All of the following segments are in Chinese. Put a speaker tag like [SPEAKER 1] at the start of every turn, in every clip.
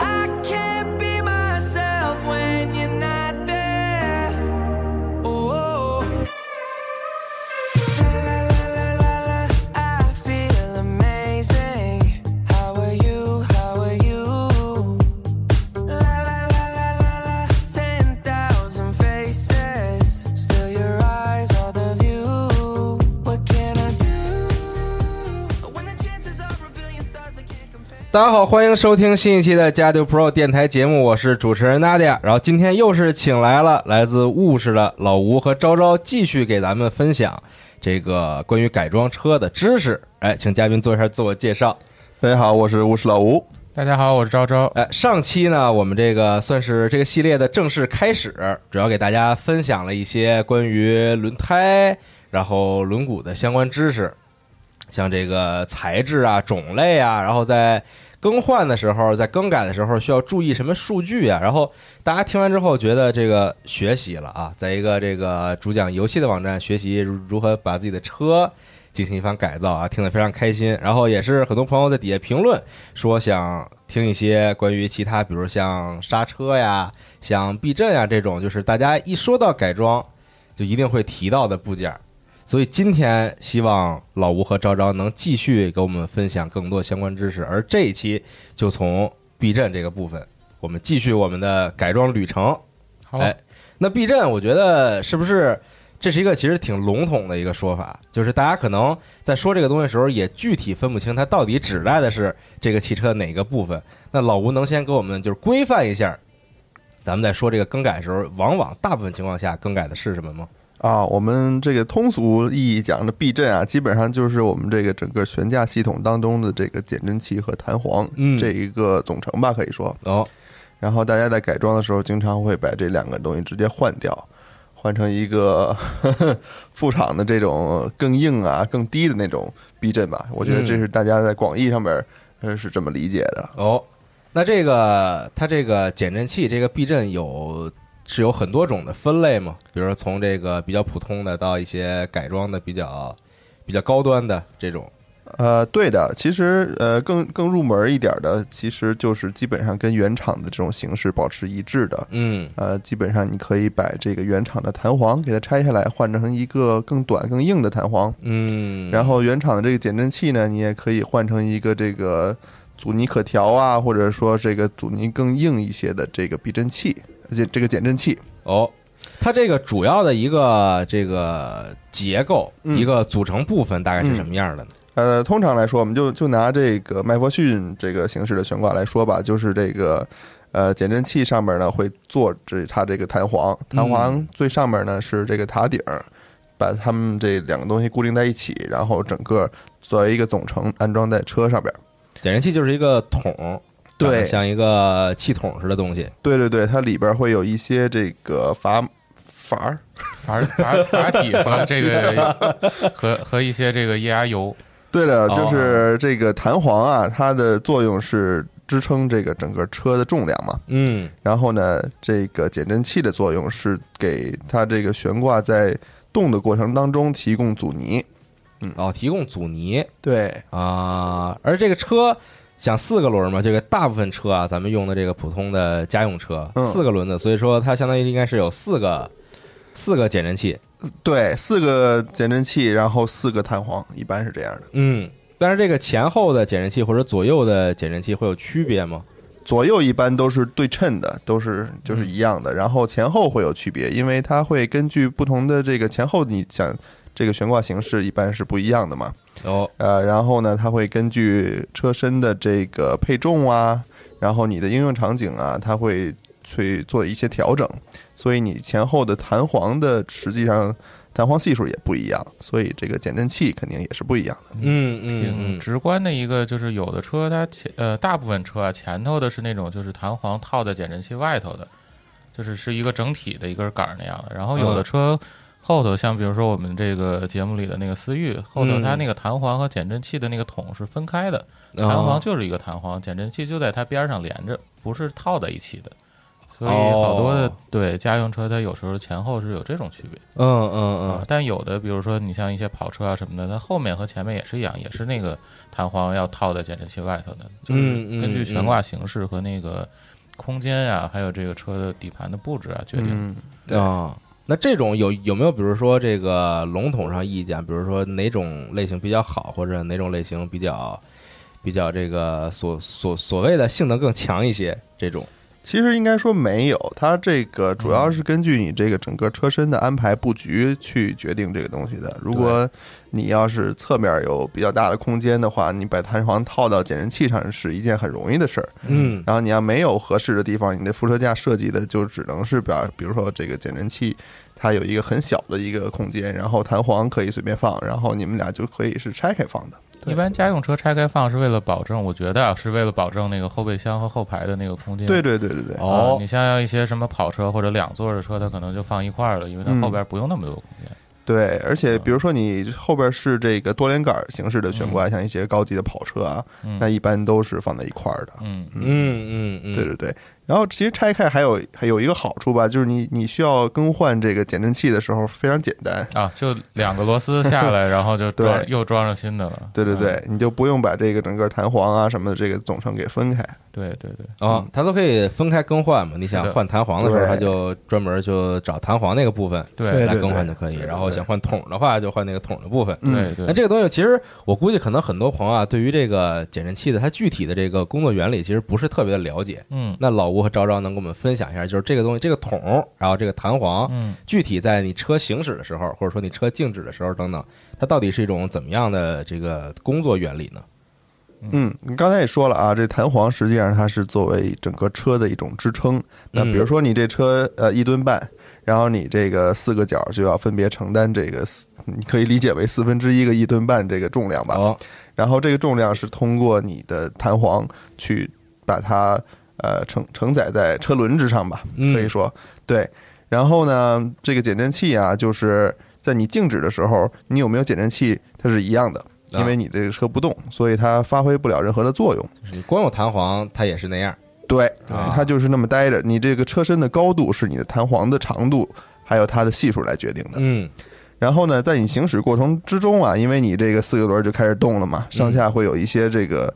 [SPEAKER 1] I can't be myself when you're not there. Oh, la la la la la, I feel amazing. How are you? How are you? La la la la la, ten thousand faces, still your eyes are the view. What can I do when the chances are a billion stars I can't compare?
[SPEAKER 2] 大家好，欢迎收听新一期的《加丢 Pro 电台》节目，我是主持人 Nadia。然后今天又是请来了来自务实的老吴和昭昭，继续给咱们分享这个关于改装车的知识。哎，请嘉宾做一下自我介绍。
[SPEAKER 3] 大家好，我是巫师老吴。
[SPEAKER 4] 大家好，我是昭昭。
[SPEAKER 2] 哎，上期呢，我们这个算是这个系列的正式开始，主要给大家分享了一些关于轮胎，然后轮毂的相关知识，像这个材质啊、种类啊，然后在更换的时候、在更改的时候需要注意什么数据啊。然后大家听完之后觉得这个学习了啊，在一个这个主讲游戏的网站学习如如何把自己的车。进行一番改造啊，听得非常开心。然后也是很多朋友在底下评论说想听一些关于其他，比如像刹车呀、像避震呀这种，就是大家一说到改装，就一定会提到的部件儿。所以今天希望老吴和昭昭能继续给我们分享更多相关知识，而这一期就从避震这个部分，我们继续我们的改装旅程。
[SPEAKER 4] 好，
[SPEAKER 2] 哎那避震，我觉得是不是这是一个其实挺笼统的一个说法，就是大家可能在说这个东西的时候，也具体分不清它到底指代的是这个汽车哪个部分。那老吴能先给我们就是规范一下，咱们在说这个更改的时候，往往大部分情况下更改的是什么吗？
[SPEAKER 3] 啊，我们这个通俗意义讲的避震啊，基本上就是我们这个整个悬架系统当中的这个减震器和弹簧、
[SPEAKER 2] 嗯
[SPEAKER 3] 这一个总成吧，可以说。
[SPEAKER 2] 哦，
[SPEAKER 3] 然后大家在改装的时候，经常会把这两个东西直接换掉，换成一个 副厂的这种更硬啊、更低的那种避震吧。我觉得这是大家在广义上面呃是这么理解的。
[SPEAKER 2] 哦，那这个它这个减震器这个避震有是有很多种的分类吗？比如说从这个比较普通的到一些改装的比较比较高端的这种。
[SPEAKER 3] 呃，对的，其实呃，更更入门一点的，其实就是基本上跟原厂的这种形式保持一致的。
[SPEAKER 2] 嗯
[SPEAKER 3] 呃，基本上你可以把这个原厂的弹簧给它拆下来，换成一个更短、更硬的弹簧。
[SPEAKER 2] 嗯，
[SPEAKER 3] 然后原厂的这个减震器呢，你也可以换成一个这个阻尼可调啊，或者说这个阻尼更硬一些的这个避震器，呃这这个减震器。
[SPEAKER 2] 哦，它这个主要的一个这个结构、
[SPEAKER 3] 嗯
[SPEAKER 2] 一个组成部分大概是什么样的呢？
[SPEAKER 3] 呃，通常来说，我们就就拿这个麦弗逊这个形式的悬挂来说吧，就是这个呃减震器上面呢会做这它这个弹簧，弹簧最上面呢是这个塔顶儿，把它们这两个东西固定在一起，然后整个作为一个总成安装在车上边儿。
[SPEAKER 2] 减震器就是一个桶，
[SPEAKER 3] 对
[SPEAKER 2] 长得像一个气筒似的东西。
[SPEAKER 3] 对对对，它里边会有一些这个阀阀儿，
[SPEAKER 4] 阀阀阀体和这个和和一些这个液压油，
[SPEAKER 3] 对了，
[SPEAKER 2] 哦
[SPEAKER 3] 就是这个弹簧啊，它的作用是支撑这个整个车的重量嘛。
[SPEAKER 2] 嗯
[SPEAKER 3] 然后呢，这个减震器的作用是给它这个悬挂在动的过程当中提供阻尼。
[SPEAKER 4] 嗯
[SPEAKER 2] 哦，提供阻尼
[SPEAKER 3] 对，
[SPEAKER 2] 啊，而这个车。想四个轮儿嘛，这个大部分车啊，咱们用的这个普通的家用车，
[SPEAKER 3] 嗯
[SPEAKER 2] 四个轮子，所以说它相当于应该是有四个四个减震器，
[SPEAKER 3] 对，四个减震器，然后四个弹簧，一般是这样的。
[SPEAKER 2] 嗯，但是这个前后的减震器或者左右的减震器会有区别吗？
[SPEAKER 3] 左右一般都是对称的，都是就是一样的。然后前后会有区别，因为它会根据不同的这个前后，你想这个悬挂形式一般是不一样的嘛。
[SPEAKER 2] 哦，
[SPEAKER 3] 呃，然后呢，它会根据车身的这个配重啊，然后你的应用场景啊，它会去做一些调整，所以你前后的弹簧的实际上弹簧系数也不一样，所以这个减震器肯定也是不一样的。
[SPEAKER 2] 嗯
[SPEAKER 4] 挺
[SPEAKER 2] 嗯
[SPEAKER 4] 直观的一个，就是有的车它前呃大部分车啊前头的是那种就是弹簧套在减震器外头的，就是是一个整体的一根杆儿那样的。然后有的
[SPEAKER 2] 嗯
[SPEAKER 4] 车后头像比如说我们这个节目里的那个思域，后头它
[SPEAKER 2] 嗯
[SPEAKER 4] 那个弹簧和减震器的那个筒是分开的，
[SPEAKER 2] 嗯，
[SPEAKER 4] 弹簧
[SPEAKER 2] 哦
[SPEAKER 4] 就是一个弹簧，减震器就在它边上连着，不是套在一起的。所以好多的、
[SPEAKER 2] 哦
[SPEAKER 4] 对家用车，它有时候前后是有这种区别。
[SPEAKER 2] 嗯
[SPEAKER 4] 啊
[SPEAKER 2] 嗯，
[SPEAKER 4] 但有的，比如说你像一些跑车啊什么的，它后面和前面也是一样，也是那个弹簧要套在减震器外头的，就是
[SPEAKER 2] 嗯嗯
[SPEAKER 4] 根据悬挂形式和那个空间呀、还有这个车的底盘的布置啊决定。
[SPEAKER 3] 嗯，
[SPEAKER 2] 嗯
[SPEAKER 3] 对
[SPEAKER 2] 啊。那这种有有没有，比如说这个笼统上意见，比如说哪种类型比较好，或者哪种类型比较比较这个所所所谓的性能更强一些这种？
[SPEAKER 3] 其实应该说没有，它这个主要是根据你这个整个车身的安排布局去决定这个东西的。如果你要是侧面有比较大的空间的话，你把弹簧套到减震器上是一件很容易的事儿。
[SPEAKER 2] 嗯
[SPEAKER 3] 然后你要没有合适的地方，你的副车架设计的就只能是表，比如说这个减震器，它有一个很小的一个空间，然后弹簧可以随便放，然后你们俩就可以是拆开放的。
[SPEAKER 4] 一般家用车拆开放是为了保证，我觉得啊是为了保证那个后备箱和后排的那个空间。
[SPEAKER 3] 对对对对对，
[SPEAKER 2] 哦
[SPEAKER 4] 啊你像一些什么跑车或者两座的车，它可能就放一块儿了，因为它
[SPEAKER 3] 嗯
[SPEAKER 4] 后边不用那么多空间。
[SPEAKER 3] 对，而且比如说你后边是这个多连杆形式的悬挂，像一些高级的跑车啊，
[SPEAKER 4] 嗯
[SPEAKER 3] 那一般都是放在一块儿的。
[SPEAKER 4] 嗯，
[SPEAKER 2] 嗯嗯嗯，
[SPEAKER 3] 对对对，然后其实拆开还有还有一个好处吧，就是你你需要更换这个减震器的时候非常简单，
[SPEAKER 4] 啊，就两个螺丝 下来，然后就装
[SPEAKER 3] 对
[SPEAKER 4] 又装上新的了。
[SPEAKER 3] 对对
[SPEAKER 4] 嗯
[SPEAKER 3] 对，你就不用把这个整个弹簧啊什么的这个总成给分开。
[SPEAKER 4] 对对对。
[SPEAKER 2] 啊，它都可以分开更换嘛。你想
[SPEAKER 4] 是的
[SPEAKER 2] 换弹簧的时候，
[SPEAKER 3] 嗯对
[SPEAKER 2] 它就专门就找弹簧那个部分
[SPEAKER 4] 对
[SPEAKER 3] 对
[SPEAKER 2] 来
[SPEAKER 3] 对
[SPEAKER 2] 更换就可以，
[SPEAKER 3] 对对
[SPEAKER 2] 然后
[SPEAKER 3] 对
[SPEAKER 2] 想换桶的话，就换那个桶的部分。
[SPEAKER 3] 嗯
[SPEAKER 4] 对对，
[SPEAKER 2] 那这个东西，其实我估计可能很多朋友啊，对于这个减震器的它具体的这个工作原理，其实不是特别的了解。
[SPEAKER 4] 嗯
[SPEAKER 2] 那老吴和昭昭能给我们分享一下，就是这个东西，这个桶，然后这个弹簧，
[SPEAKER 4] 嗯
[SPEAKER 2] 具体在你车行驶的时候，或者说你车静止的时候等等，它到底是一种怎么样的这个工作原理呢？
[SPEAKER 3] 嗯，你刚才也说了啊，这弹簧实际上它是作为整个车的一种支撑。那比如说你这车呃一吨半，然后你这个四个角就要分别承担这个四，你可以理解为四分之一个一吨半这个重量吧。
[SPEAKER 2] 哦，
[SPEAKER 3] 然后这个重量是通过你的弹簧去把它呃承承载在车轮之上吧，
[SPEAKER 2] 嗯
[SPEAKER 3] 可以说、对。然后呢，这个减震器啊，就是在你静止的时候，你有没有减震器，它是一样的，
[SPEAKER 2] 啊
[SPEAKER 3] 因为你这个车不动，所以它发挥不了任何的作用。
[SPEAKER 2] 就是你光有弹簧，它也是那样。
[SPEAKER 3] 对，
[SPEAKER 2] 啊
[SPEAKER 3] 它就是那么待着。你这个车身的高度是你的弹簧的长度，还有它的系数来决定的。
[SPEAKER 2] 嗯
[SPEAKER 3] 然后呢，在你行驶过程之中啊，因为你这个四个轮儿就开始动了嘛，
[SPEAKER 2] 嗯
[SPEAKER 3] 上下会有一些这个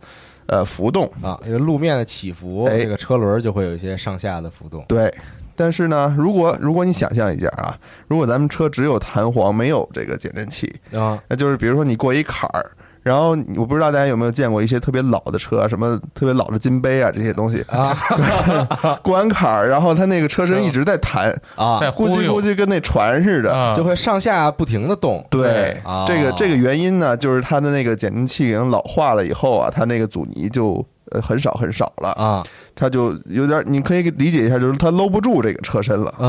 [SPEAKER 3] 呃浮动。
[SPEAKER 2] 啊，这个路面的起伏，
[SPEAKER 3] 哎
[SPEAKER 2] 这个车轮就会有一些上下的浮动。
[SPEAKER 3] 对，但是呢，如果如果你想象一下啊，如果咱们车只有弹簧没有这个减震器，
[SPEAKER 2] 啊，
[SPEAKER 3] 那就是比如说你过一坎儿。然后你我不知道大家有没有见过一些特别老的车啊，什么特别老的金杯啊这些东西
[SPEAKER 2] 啊
[SPEAKER 3] 过完坎儿，然后它那个车身一直在弹，
[SPEAKER 2] 啊，
[SPEAKER 4] 在
[SPEAKER 3] 估
[SPEAKER 4] 忽
[SPEAKER 3] 计
[SPEAKER 4] 悠
[SPEAKER 3] 估计跟那船似的。
[SPEAKER 4] 啊，
[SPEAKER 2] 就会上下不停的动。
[SPEAKER 3] 对，
[SPEAKER 2] 啊
[SPEAKER 3] 这个这个原因呢，就是它的那个减震器可能老化了以后啊，它那个阻尼就呃很少很少了，
[SPEAKER 2] 啊
[SPEAKER 3] 它就有点你可以理解一下，就是它搂不住这个车身了。
[SPEAKER 2] 啊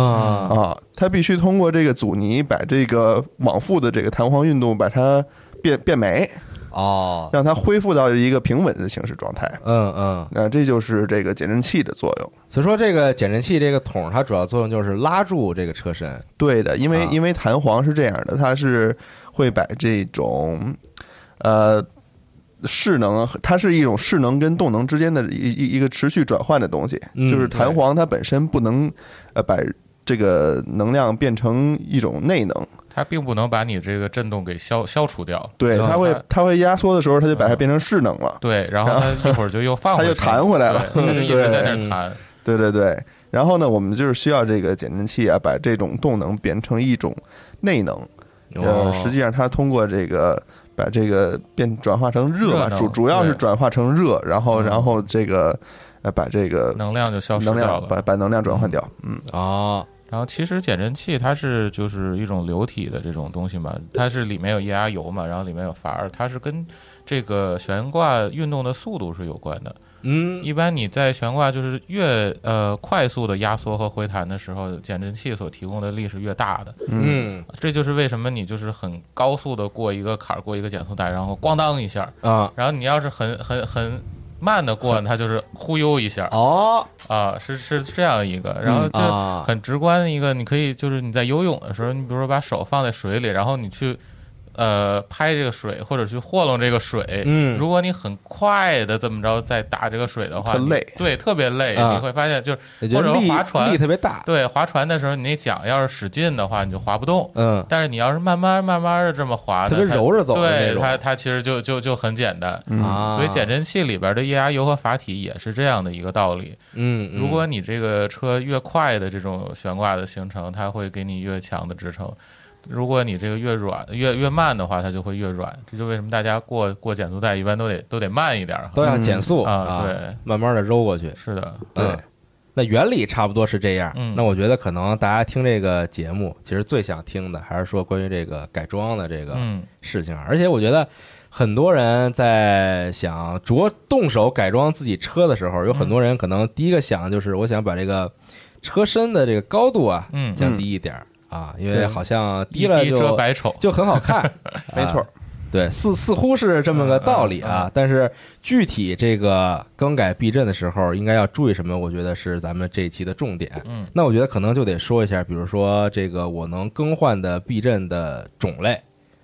[SPEAKER 3] 啊，它必须通过这个阻尼把这个往复的这个弹簧运动把它变变没，
[SPEAKER 2] 哦，
[SPEAKER 3] 让它恢复到一个平稳的行驶状态。
[SPEAKER 2] 嗯嗯，
[SPEAKER 3] 那这就是这个减震器的作用。
[SPEAKER 2] 所以说这个减震器这个桶，它主要作用就是拉住这个车身。
[SPEAKER 3] 对的，因为、
[SPEAKER 2] 啊
[SPEAKER 3] 因为弹簧是这样的，它是会把这种，呃势能，它是一种势能跟动能之间的一一一个持续转换的东西。
[SPEAKER 2] 嗯
[SPEAKER 3] 就是弹簧它本身不能呃把这个能量变成一种内能，
[SPEAKER 4] 它并不能把你这个震动给消消除掉。
[SPEAKER 3] 对，
[SPEAKER 4] 嗯
[SPEAKER 3] 它会它会压缩的时候，它就把它
[SPEAKER 4] 嗯
[SPEAKER 3] 变成势能了。
[SPEAKER 4] 对，然后它一会儿就又放
[SPEAKER 3] 它
[SPEAKER 4] 回去
[SPEAKER 3] 就
[SPEAKER 4] 了，
[SPEAKER 3] 弹回来了
[SPEAKER 4] 对它嗯就一直在那
[SPEAKER 2] 对
[SPEAKER 4] 儿弹。
[SPEAKER 3] 对对对，然后呢，我们就是需要这个减震器啊，把这种动能变成一种内能。
[SPEAKER 4] 哦
[SPEAKER 3] 呃，实际上它通过这个把这个变转化成热吧，
[SPEAKER 4] 热能
[SPEAKER 3] 主主要是
[SPEAKER 4] 对
[SPEAKER 3] 转化成热，然后
[SPEAKER 4] 嗯
[SPEAKER 3] 然后这个呃把这个
[SPEAKER 4] 能量就消失
[SPEAKER 3] 能
[SPEAKER 4] 掉
[SPEAKER 3] 量
[SPEAKER 4] 了。
[SPEAKER 3] 把把能量转换掉，嗯，
[SPEAKER 2] 哦，
[SPEAKER 4] 然后其实减震器它是就是一种流体的这种东西嘛，它是里面有液压油嘛，然后里面有阀儿，它是跟这个悬挂运动的速度是有关的。
[SPEAKER 2] 嗯，
[SPEAKER 4] 一般你在悬挂就是越呃快速的压缩和回弹的时候，减震器所提供的力是越大的。
[SPEAKER 2] 嗯
[SPEAKER 4] 这就是为什么你就是很高速的过一个坎儿，过一个减速带，然后咣当一下，
[SPEAKER 2] 啊，
[SPEAKER 4] 然后你要是很很很慢的过，它就是忽悠一下
[SPEAKER 2] 哦，
[SPEAKER 4] 啊，是是这样一个，然后这
[SPEAKER 2] 啊
[SPEAKER 4] 很直观的一个，你可以就是你在游泳的时候，你比如说把手放在水里，然后你去呃拍这个水或者去和弄这个水，
[SPEAKER 2] 嗯
[SPEAKER 4] 如果你很快的这么着在打这个水的话，
[SPEAKER 3] 特
[SPEAKER 4] 你
[SPEAKER 3] 累
[SPEAKER 4] 对，特别累，
[SPEAKER 2] 啊
[SPEAKER 4] 你会发现就是
[SPEAKER 2] 我觉
[SPEAKER 4] 或
[SPEAKER 2] 得
[SPEAKER 4] 者
[SPEAKER 2] 力
[SPEAKER 4] 划船
[SPEAKER 2] 力特别大，
[SPEAKER 4] 对划船的时候，你那桨要是使劲的话，你就划不动。
[SPEAKER 2] 嗯，
[SPEAKER 4] 但是你要是慢慢慢慢的这么滑呢，
[SPEAKER 2] 特别
[SPEAKER 4] 它
[SPEAKER 2] 柔着走的那
[SPEAKER 4] 对
[SPEAKER 2] 种
[SPEAKER 4] 它它其实就就就很简单。
[SPEAKER 3] 嗯
[SPEAKER 2] 啊，
[SPEAKER 4] 所以减震器里边的液压油和阀体也是这样的一个道理。
[SPEAKER 2] 嗯，嗯，
[SPEAKER 4] 如果你这个车越快的这种悬挂的形成，它会给你越强的支撑；如果你这个越软、越越慢的话，它就会越软。这就为什么大家过过减速带一般都得都得慢一点儿哈。
[SPEAKER 2] 都要减速
[SPEAKER 4] 嗯啊对，
[SPEAKER 2] 慢慢的揉过去，
[SPEAKER 4] 是的，
[SPEAKER 3] 对
[SPEAKER 2] 嗯那原理差不多是这样。
[SPEAKER 4] 嗯
[SPEAKER 2] 那我觉得可能大家听这个节目，其实最想听的还是说关于这个改装的这个
[SPEAKER 4] 嗯，
[SPEAKER 2] 事情。而且我觉得很多人在想着动手改装自己车的时候，有
[SPEAKER 3] 嗯
[SPEAKER 2] 很多人可能第一个想的就是我想把这个车身的这个高度啊
[SPEAKER 4] 嗯
[SPEAKER 2] 降低一点儿啊，因为
[SPEAKER 3] 对，
[SPEAKER 2] 好像低
[SPEAKER 4] 一
[SPEAKER 2] 了
[SPEAKER 4] 低遮
[SPEAKER 2] 就
[SPEAKER 4] 百丑。
[SPEAKER 2] 就很好看
[SPEAKER 3] 没错
[SPEAKER 2] 啊。对，似似乎是这么个道理啊，
[SPEAKER 4] 嗯嗯嗯
[SPEAKER 2] 但是具体这个更改避震的时候应该要注意什么？我觉得是咱们这一期的重点。
[SPEAKER 4] 嗯
[SPEAKER 2] 那我觉得可能就得说一下，比如说这个我能更换的避震的种类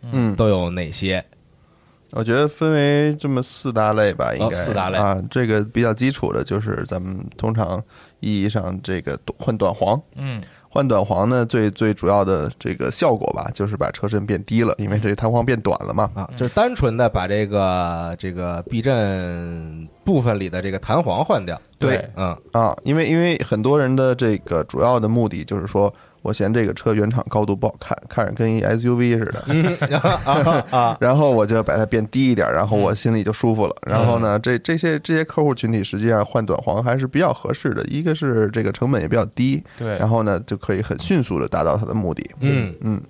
[SPEAKER 3] 嗯，
[SPEAKER 2] 都有哪些？
[SPEAKER 3] 我觉得分为这么四大类吧，应该、
[SPEAKER 2] 哦四大类
[SPEAKER 3] 啊，这个比较基础的就是咱们通常意义上这个短换短簧。
[SPEAKER 4] 嗯
[SPEAKER 3] 换短簧呢，最最主要的这个效果吧，就是把车身变低了，因为这个弹簧变短了嘛。
[SPEAKER 4] 嗯
[SPEAKER 2] 啊，就是单纯的把这个这个避震部分里的这个弹簧换掉。
[SPEAKER 3] 对
[SPEAKER 4] 对
[SPEAKER 2] 嗯
[SPEAKER 3] 啊，因为因为很多人的这个主要的目的就是说，我嫌这个车原厂高度不好看，看着跟一 SUV 似的，
[SPEAKER 2] 嗯啊啊嗯啊
[SPEAKER 3] 然后我就把它变低一点，然后我心里就舒服了。然后
[SPEAKER 2] 嗯
[SPEAKER 3] 呢，这这些这些客户群体实际上换短簧还是比较合适的，一个是这个成本也比较低，
[SPEAKER 4] 对，
[SPEAKER 3] 然后呢就可以很迅速的达到它的目的。
[SPEAKER 2] 嗯
[SPEAKER 3] 嗯，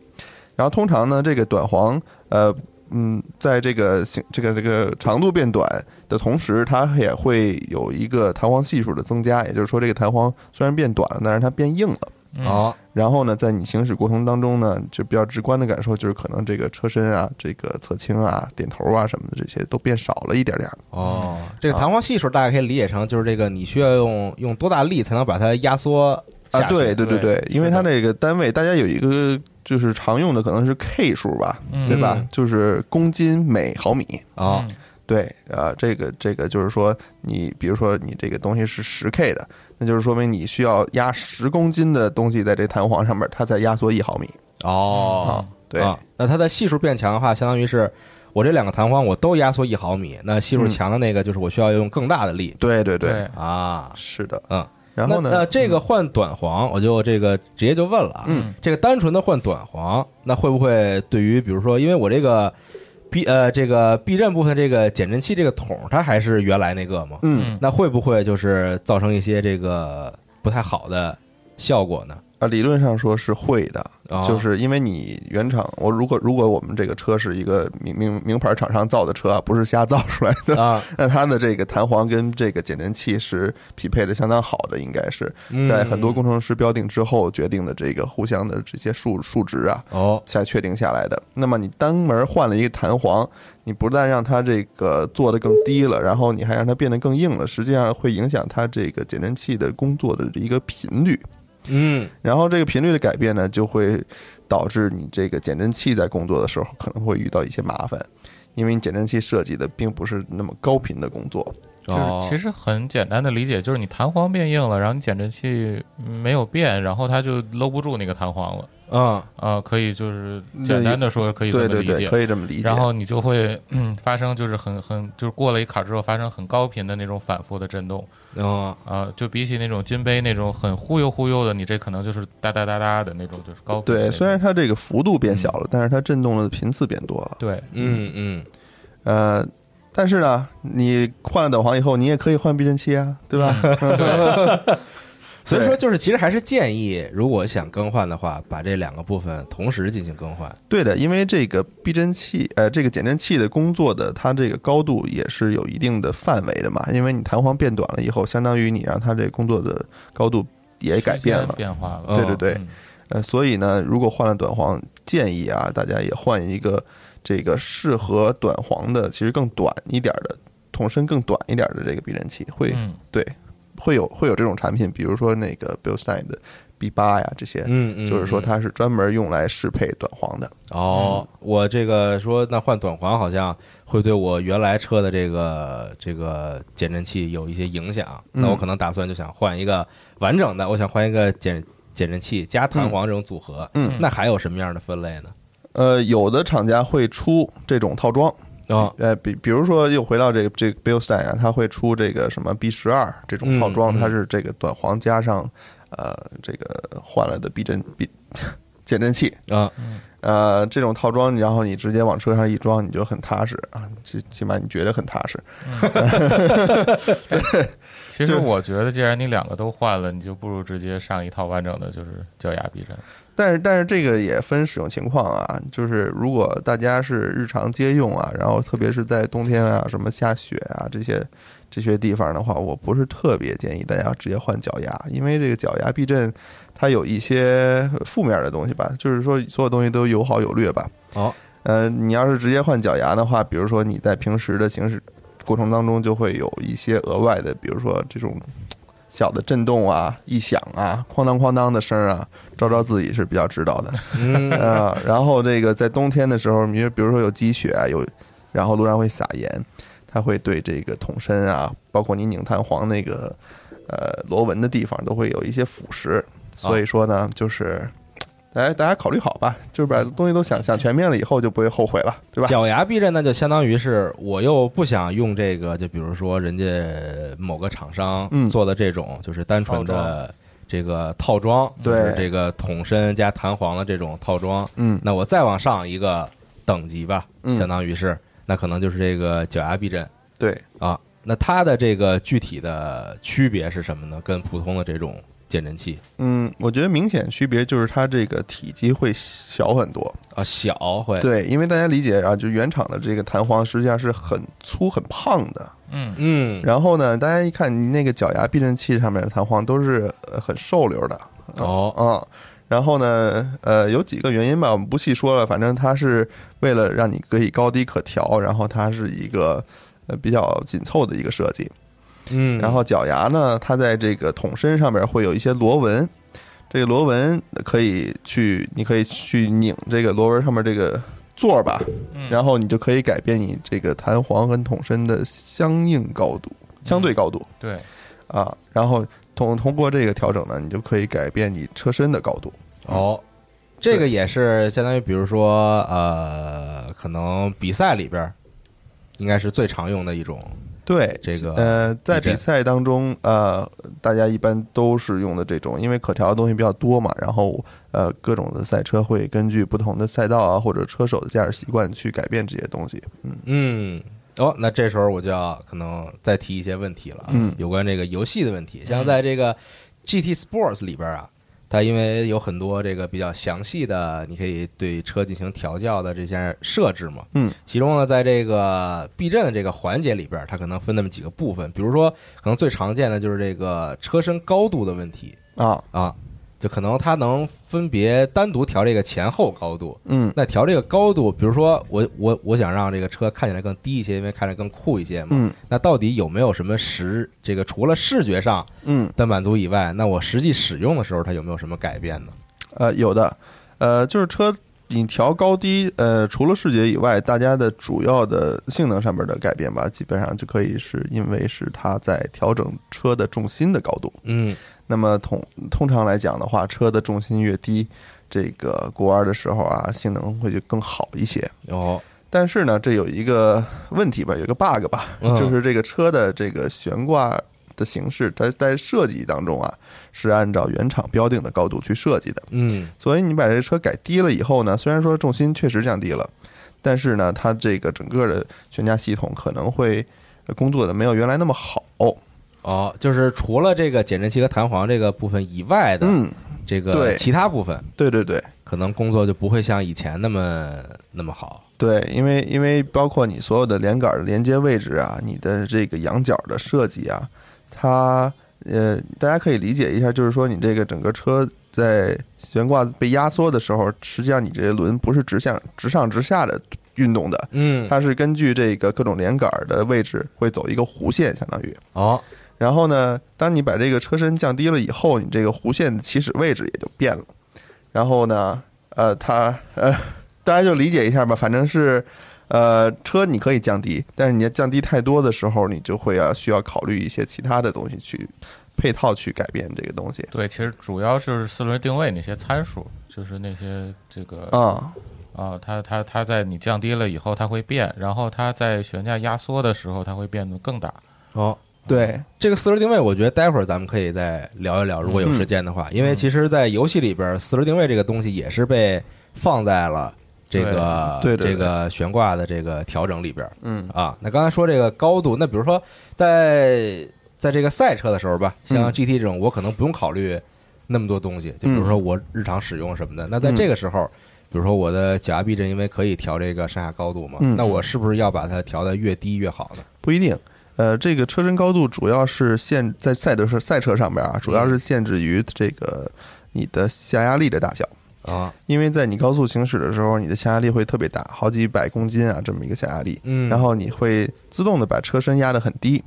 [SPEAKER 3] 然后通常呢，这个短簧，呃，嗯，在这个形这个这个长度变短的同时，它也会有一个弹簧系数的增加，也就是说，这个弹簧虽然变短了，但是它变硬了。
[SPEAKER 4] 嗯
[SPEAKER 2] 哦
[SPEAKER 3] 然后呢，在你行驶过程当中呢，就比较直观的感受就是，可能这个车身啊、这个侧倾啊、点头啊什么的这些都变少了一点点儿。
[SPEAKER 2] 哦，这个弹簧系数大概可以理解成就是这个你需要用用多大力才能把它压缩下
[SPEAKER 3] 啊，
[SPEAKER 2] 去
[SPEAKER 3] 对对对
[SPEAKER 4] 对
[SPEAKER 3] 对，因为
[SPEAKER 4] 是
[SPEAKER 3] 它
[SPEAKER 4] 的
[SPEAKER 3] 那个单位，大家有一个就是常用的可能是 K 数吧，
[SPEAKER 4] 嗯
[SPEAKER 3] 对吧
[SPEAKER 2] 嗯？
[SPEAKER 3] 就是公斤每毫米。
[SPEAKER 2] 哦
[SPEAKER 4] 嗯
[SPEAKER 3] 对，呃，这个这个就是说你，比如说你这个东西是十 K 的，那就是说明你需要压十公斤的东西在这弹簧上面，它才压缩一毫米。
[SPEAKER 4] 嗯
[SPEAKER 2] 哦，
[SPEAKER 3] 对，
[SPEAKER 2] 啊那它的系数变强的话，相当于是我这两个弹簧我都压缩一毫米，那
[SPEAKER 4] 嗯
[SPEAKER 2] 系数强的那个就是我需要用更大的力
[SPEAKER 3] 对对对，
[SPEAKER 4] 对，嗯
[SPEAKER 2] 啊。
[SPEAKER 3] 是的。
[SPEAKER 2] 嗯，
[SPEAKER 3] 然后
[SPEAKER 2] 那
[SPEAKER 3] 呢
[SPEAKER 2] 那？这个换短簧，我就这个直接就问了啊，
[SPEAKER 3] 嗯
[SPEAKER 2] 这个单纯的换短簧，那会不会对于比如说，因为我这个避呃这个避震部分这个减震器这个筒，它还是原来那个嘛，
[SPEAKER 3] 嗯
[SPEAKER 4] 嗯
[SPEAKER 2] 那会不会就是造成一些这个不太好的效果呢？
[SPEAKER 3] 啊，理论上说是会的，
[SPEAKER 2] 哦
[SPEAKER 3] 就是因为你原厂，我如果如果我们这个车是一个名名名牌厂商造的车啊，不是瞎造出来的，
[SPEAKER 2] 啊，
[SPEAKER 3] 那它的这个弹簧跟这个减震器是匹配的相当好的，应该是
[SPEAKER 2] 嗯
[SPEAKER 3] 在很多工程师标定之后决定的这个互相的这些数数值啊，
[SPEAKER 2] 哦，
[SPEAKER 3] 才确定下来的。那么你单门换了一个弹簧，你不但让它这个做的更低了，然后你还让它变得更硬了，实际上会影响它这个减震器的工作的一个频率。
[SPEAKER 2] 嗯
[SPEAKER 3] 然后这个频率的改变呢，就会导致你这个减震器在工作的时候可能会遇到一些麻烦，因为你减震器设计的并不是那么高频的工作。
[SPEAKER 4] 就是其实很简单的理解，就是你弹簧变硬了，然后你减震器没有变，然后它就搂不住那个弹簧了。
[SPEAKER 2] 嗯，
[SPEAKER 4] 啊、可以就是简单的说，可以这
[SPEAKER 3] 对对
[SPEAKER 4] 么理
[SPEAKER 3] 对，
[SPEAKER 4] 解。
[SPEAKER 3] 可以这么理解。
[SPEAKER 4] 然后你就会嗯发生就是很很就是过了一坎儿之后发生很高频的那种反复的震动
[SPEAKER 2] 嗯，
[SPEAKER 4] 啊、就比起那种金杯那种很忽悠忽悠的，你这可能就是哒哒哒哒的那种，就是高嗯频的那
[SPEAKER 3] 对，
[SPEAKER 4] 种。
[SPEAKER 3] 虽然它这个幅度变小了，但是它震动的频次变多了。
[SPEAKER 4] 对
[SPEAKER 2] 嗯嗯，
[SPEAKER 3] 呃，但是呢，你换了导航以后，你也可以换避震器啊，对吧？
[SPEAKER 4] 嗯
[SPEAKER 2] 所以说就是其实还是建议，如果想更换的话，把这两个部分同时进行更换。
[SPEAKER 3] 对的，因为这个避震器，呃，这个减震器的工作的它这个高度也是有一定的范围的嘛，因为你弹簧变短了以后，相当于你让它这工作的高度也改变
[SPEAKER 4] 时间
[SPEAKER 3] 了。
[SPEAKER 4] 变化了。
[SPEAKER 2] 嗯
[SPEAKER 3] 对对对，
[SPEAKER 4] 嗯
[SPEAKER 3] 呃，所以呢，如果换了短簧，建议啊，大家也换一个这个适合短簧的，其实更短一点儿的，筒身更短一点儿的这个避震器，会、
[SPEAKER 4] 嗯，
[SPEAKER 3] 对，会有会有这种产品，比如说那个 b i l l s t e i n 的 B 八呀这些，
[SPEAKER 2] 嗯嗯，
[SPEAKER 3] 就是说
[SPEAKER 2] 嗯
[SPEAKER 3] 它是专门用来适配短簧的。
[SPEAKER 2] 哦，我这个说那换短簧好像会对我原来车的这个这个减震器有一些影响，
[SPEAKER 3] 嗯
[SPEAKER 2] 那我可能打算就想换一个完整的，我想换一个减减震器加弹簧这种组合。
[SPEAKER 3] 嗯
[SPEAKER 2] 那还有什么样的分类呢？
[SPEAKER 3] 呃，有的厂家会出这种套装，
[SPEAKER 2] 哦，
[SPEAKER 3] 呃，比比如说又回到这个这个 b i l l s t e i n 啊，它会出这个什么 B 十二这种套装，
[SPEAKER 2] 嗯嗯
[SPEAKER 3] 它是这个短簧加上呃这个换了的避震避减震器，
[SPEAKER 2] 啊，
[SPEAKER 3] 呃，这种套装，然后你直接往车上一装，你就很踏实啊，起起码你觉得很踏实。
[SPEAKER 4] 其实
[SPEAKER 3] 就
[SPEAKER 4] 我觉得，既然你两个都换了，你就不如直接上一套完整的，就是脚丫避震。
[SPEAKER 3] 但是但是这个也分使用情况啊，就是如果大家是日常接用啊，然后特别是在冬天啊、什么下雪啊这些这些地方的话，我不是特别建议大家直接换脚丫，因为这个脚丫避震它有一些负面的东西吧，就是说所有东西都有好有劣吧。
[SPEAKER 2] 哦，
[SPEAKER 3] 呃，你要是直接换脚丫的话，比如说你在平时的行驶过程当中就会有一些额外的，比如说这种小的震动啊、异响啊、哐当哐当的声儿啊，招招自己是比较知道的。
[SPEAKER 2] 嗯
[SPEAKER 3] 啊，然后这个在冬天的时候，你比如说有积雪啊，有，然后路上会撒盐，它会对这个桶身啊，包括你拧弹簧那个呃螺纹的地方都会有一些腐蚀，所以说呢，就是大家大家考虑好吧，就是把东西都想想全面了以后就不会后悔了，对吧？
[SPEAKER 2] 脚牙避震那就相当于是我又不想用这个，就比如说人家某个厂商
[SPEAKER 3] 嗯
[SPEAKER 2] 做的这种，就是单纯
[SPEAKER 4] 套
[SPEAKER 2] 的这个套装，
[SPEAKER 3] 对
[SPEAKER 2] 就是这个桶身加弹簧的这种套装。
[SPEAKER 3] 嗯
[SPEAKER 2] 那我再往上一个等级吧，
[SPEAKER 3] 嗯
[SPEAKER 2] 相当于是那可能就是这个脚牙避震
[SPEAKER 3] 对，
[SPEAKER 2] 啊。那它的这个具体的区别是什么呢？跟普通的这种减震器
[SPEAKER 3] 嗯，我觉得明显区别就是它这个体积会小很多，
[SPEAKER 2] 啊小会
[SPEAKER 3] 对，因为大家理解啊，就原厂的这个弹簧实际上是很粗很胖的，
[SPEAKER 4] 嗯，
[SPEAKER 2] 嗯
[SPEAKER 3] 然后呢，大家一看你那个脚牙避震器上面的弹簧都是呃很瘦溜的，
[SPEAKER 2] 哦
[SPEAKER 3] 嗯，然后呢，呃，有几个原因吧，我们不细说了，反正它是为了让你可以高低可调，然后它是一个呃比较紧凑的一个设计。
[SPEAKER 2] 嗯，
[SPEAKER 3] 然后脚牙呢，它在这个桶身上面会有一些螺纹，这个螺纹可以去，你可以去拧这个螺纹上面这个座儿吧，
[SPEAKER 2] 嗯
[SPEAKER 3] 然后你就可以改变你这个弹簧跟桶身的相应高度、相对高度
[SPEAKER 4] 对，
[SPEAKER 3] 啊，然后通通过这个调整呢，你就可以改变你车身的高度。
[SPEAKER 2] 哦，这个也是相当于，比如说呃，可能比赛里边儿应该是最常用的一种
[SPEAKER 3] 对，
[SPEAKER 2] 这个
[SPEAKER 3] 呃，在
[SPEAKER 2] 避震
[SPEAKER 3] 比赛当中，呃，大家一般都是用的这种，因为可调的东西比较多嘛，然后呃，各种的赛车会根据不同的赛道啊，或者车手的驾驶习惯去改变这些东西。嗯
[SPEAKER 2] 嗯。哦，那这时候我就要可能再提一些问题了啊，
[SPEAKER 3] 嗯
[SPEAKER 2] 有关这个游戏的问题，像在这个 GT Sports 里边啊，它因为有很多这个比较详细的，你可以对车进行调教的这些设置嘛，
[SPEAKER 3] 嗯，
[SPEAKER 2] 其中呢，在这个避震的这个环节里边，它可能分那么几个部分，比如说可能最常见的就是这个车身高度的问题，
[SPEAKER 3] 啊，
[SPEAKER 2] 啊，就可能它能分别单独调这个前后高度。
[SPEAKER 3] 嗯
[SPEAKER 2] 那调这个高度，比如说我我我想让这个车看起来更低一些，因为看着更酷一些嘛。
[SPEAKER 3] 嗯
[SPEAKER 2] 那到底有没有什么实这个除了视觉上
[SPEAKER 3] 嗯，
[SPEAKER 2] 的满足以外，那我实际使用的时候它有没有什么改变呢？
[SPEAKER 3] 呃，有的，呃，就是车你调高低，呃，除了视觉以外，大家的主要的性能上面的改变吧，基本上就可以是因为是它在调整车的重心的高度。
[SPEAKER 2] 嗯
[SPEAKER 3] 那么通通常来讲的话，车的重心越低，这个过弯的时候啊，性能会就更好一些。
[SPEAKER 2] 哦
[SPEAKER 3] 但是呢，这有一个问题吧，有一个 bug 吧，
[SPEAKER 2] 嗯
[SPEAKER 3] 就是这个车的这个悬挂的形式，它在设计当中啊，是按照原厂标定的高度去设计的。
[SPEAKER 2] 嗯
[SPEAKER 3] 所以你把这车改低了以后呢，虽然说重心确实降低了，但是呢，它这个整个的悬架系统可能会呃工作的没有原来那么好。
[SPEAKER 2] 哦，就是除了这个减震器和弹簧这个部分以外的
[SPEAKER 3] 嗯，
[SPEAKER 2] 这个
[SPEAKER 3] 对
[SPEAKER 2] 其他部分，
[SPEAKER 3] 对对对。
[SPEAKER 2] 可能工作就不会像以前那么那么好。
[SPEAKER 3] 对，因为因为包括你所有的连杆的连接位置啊，你的这个仰角的设计啊，它呃，大家可以理解一下，就是说你这个整个车在悬挂被压缩的时候，实际上你这些轮不是直向直上直下的运动的，
[SPEAKER 2] 嗯，
[SPEAKER 3] 它是根据这个各种连杆的位置会走一个弧线，相当于。
[SPEAKER 2] 哦
[SPEAKER 3] 然后呢，当你把这个车身降低了以后，你这个弧线的起始位置也就变了。然后呢，呃，它呃，大家就理解一下吧，反正是，呃，车你可以降低，但是你要降低太多的时候，你就会啊需要考虑一些其他的东西去配套去改变这个东西
[SPEAKER 4] 对，其实主要就是四轮定位那些参数，就是那些这个
[SPEAKER 3] 啊、
[SPEAKER 4] 啊，它它它在你降低了以后，它会变，然后它在悬架压缩的时候，它会变得更大。
[SPEAKER 2] 哦，
[SPEAKER 3] 对，
[SPEAKER 2] 这个四轮定位，我觉得待会儿咱们可以再聊一聊，如果
[SPEAKER 3] 嗯
[SPEAKER 2] 有时间的话，因为其实，在游戏里边，四轮定位这个东西也是被放在了这个
[SPEAKER 3] 对对对
[SPEAKER 2] 这个悬挂的这个调整里边
[SPEAKER 3] 嗯
[SPEAKER 2] 啊。那刚才说这个高度，那比如说在在这个赛车的时候吧，像
[SPEAKER 3] 嗯
[SPEAKER 2] GT 这种，我可能不用考虑那么多东西，就比如说我日常使用什么的。那
[SPEAKER 3] 嗯
[SPEAKER 2] 在这个时候。比如说我的脚下避震，因为可以调这个上下高度嘛，
[SPEAKER 3] 嗯
[SPEAKER 2] 那我是不是要把它调的越低越好呢？
[SPEAKER 3] 不一定。呃，这个车身高度主要是限在赛车赛车上面啊，
[SPEAKER 2] 嗯
[SPEAKER 3] 主要是限制于这个你的下压力的大小。
[SPEAKER 2] 啊，
[SPEAKER 3] 因为在你高速行驶的时候，你的下压力会特别大，好几百公斤啊，这么一个下压力，
[SPEAKER 2] 嗯
[SPEAKER 3] 然后你会自动的把车身压得很低。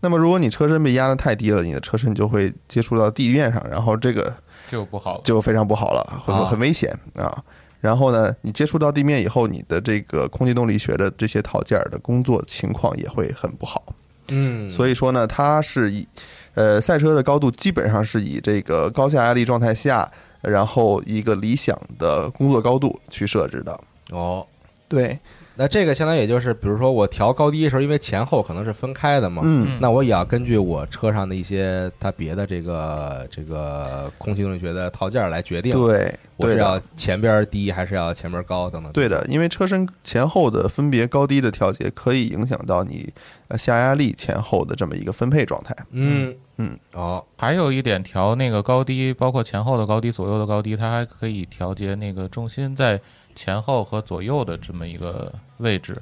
[SPEAKER 3] 那么，如果你车身被压得太低了，你的车身就会接触到地面上，然后这个
[SPEAKER 4] 就不好了，
[SPEAKER 3] 就非常不好了，会
[SPEAKER 2] 啊
[SPEAKER 3] 很危险啊然后呢，你接触到地面以后，你的这个空气动力学的这些套件儿的工作情况也会很不好。
[SPEAKER 2] 嗯，
[SPEAKER 3] 所以说呢，它是以呃赛车的高度基本上是以这个高下压力状态下，然后一个理想的工作高度去设置的。
[SPEAKER 2] 哦，
[SPEAKER 3] 对，
[SPEAKER 2] 那这个相当于也就是，比如说我调高低的时候，因为前后可能是分开的嘛，
[SPEAKER 4] 哦
[SPEAKER 3] 嗯，
[SPEAKER 2] 那我也要根据我车上的一些它别的这个这个空气动力学的套件来决定，
[SPEAKER 3] 对，
[SPEAKER 2] 我
[SPEAKER 3] 对
[SPEAKER 2] 是要
[SPEAKER 3] 的，
[SPEAKER 2] 前边低还是要前边高等等。
[SPEAKER 3] 对的，因为车身前后的分别高低的调节，可以影响到你呃下压力前后的这么一个分配状态。
[SPEAKER 2] 嗯
[SPEAKER 3] 嗯，
[SPEAKER 2] 哦
[SPEAKER 4] 还有一点调那个高低，包括前后的高低、左右的高低，它还可以调节那个重心在前后和左右的这么一个位置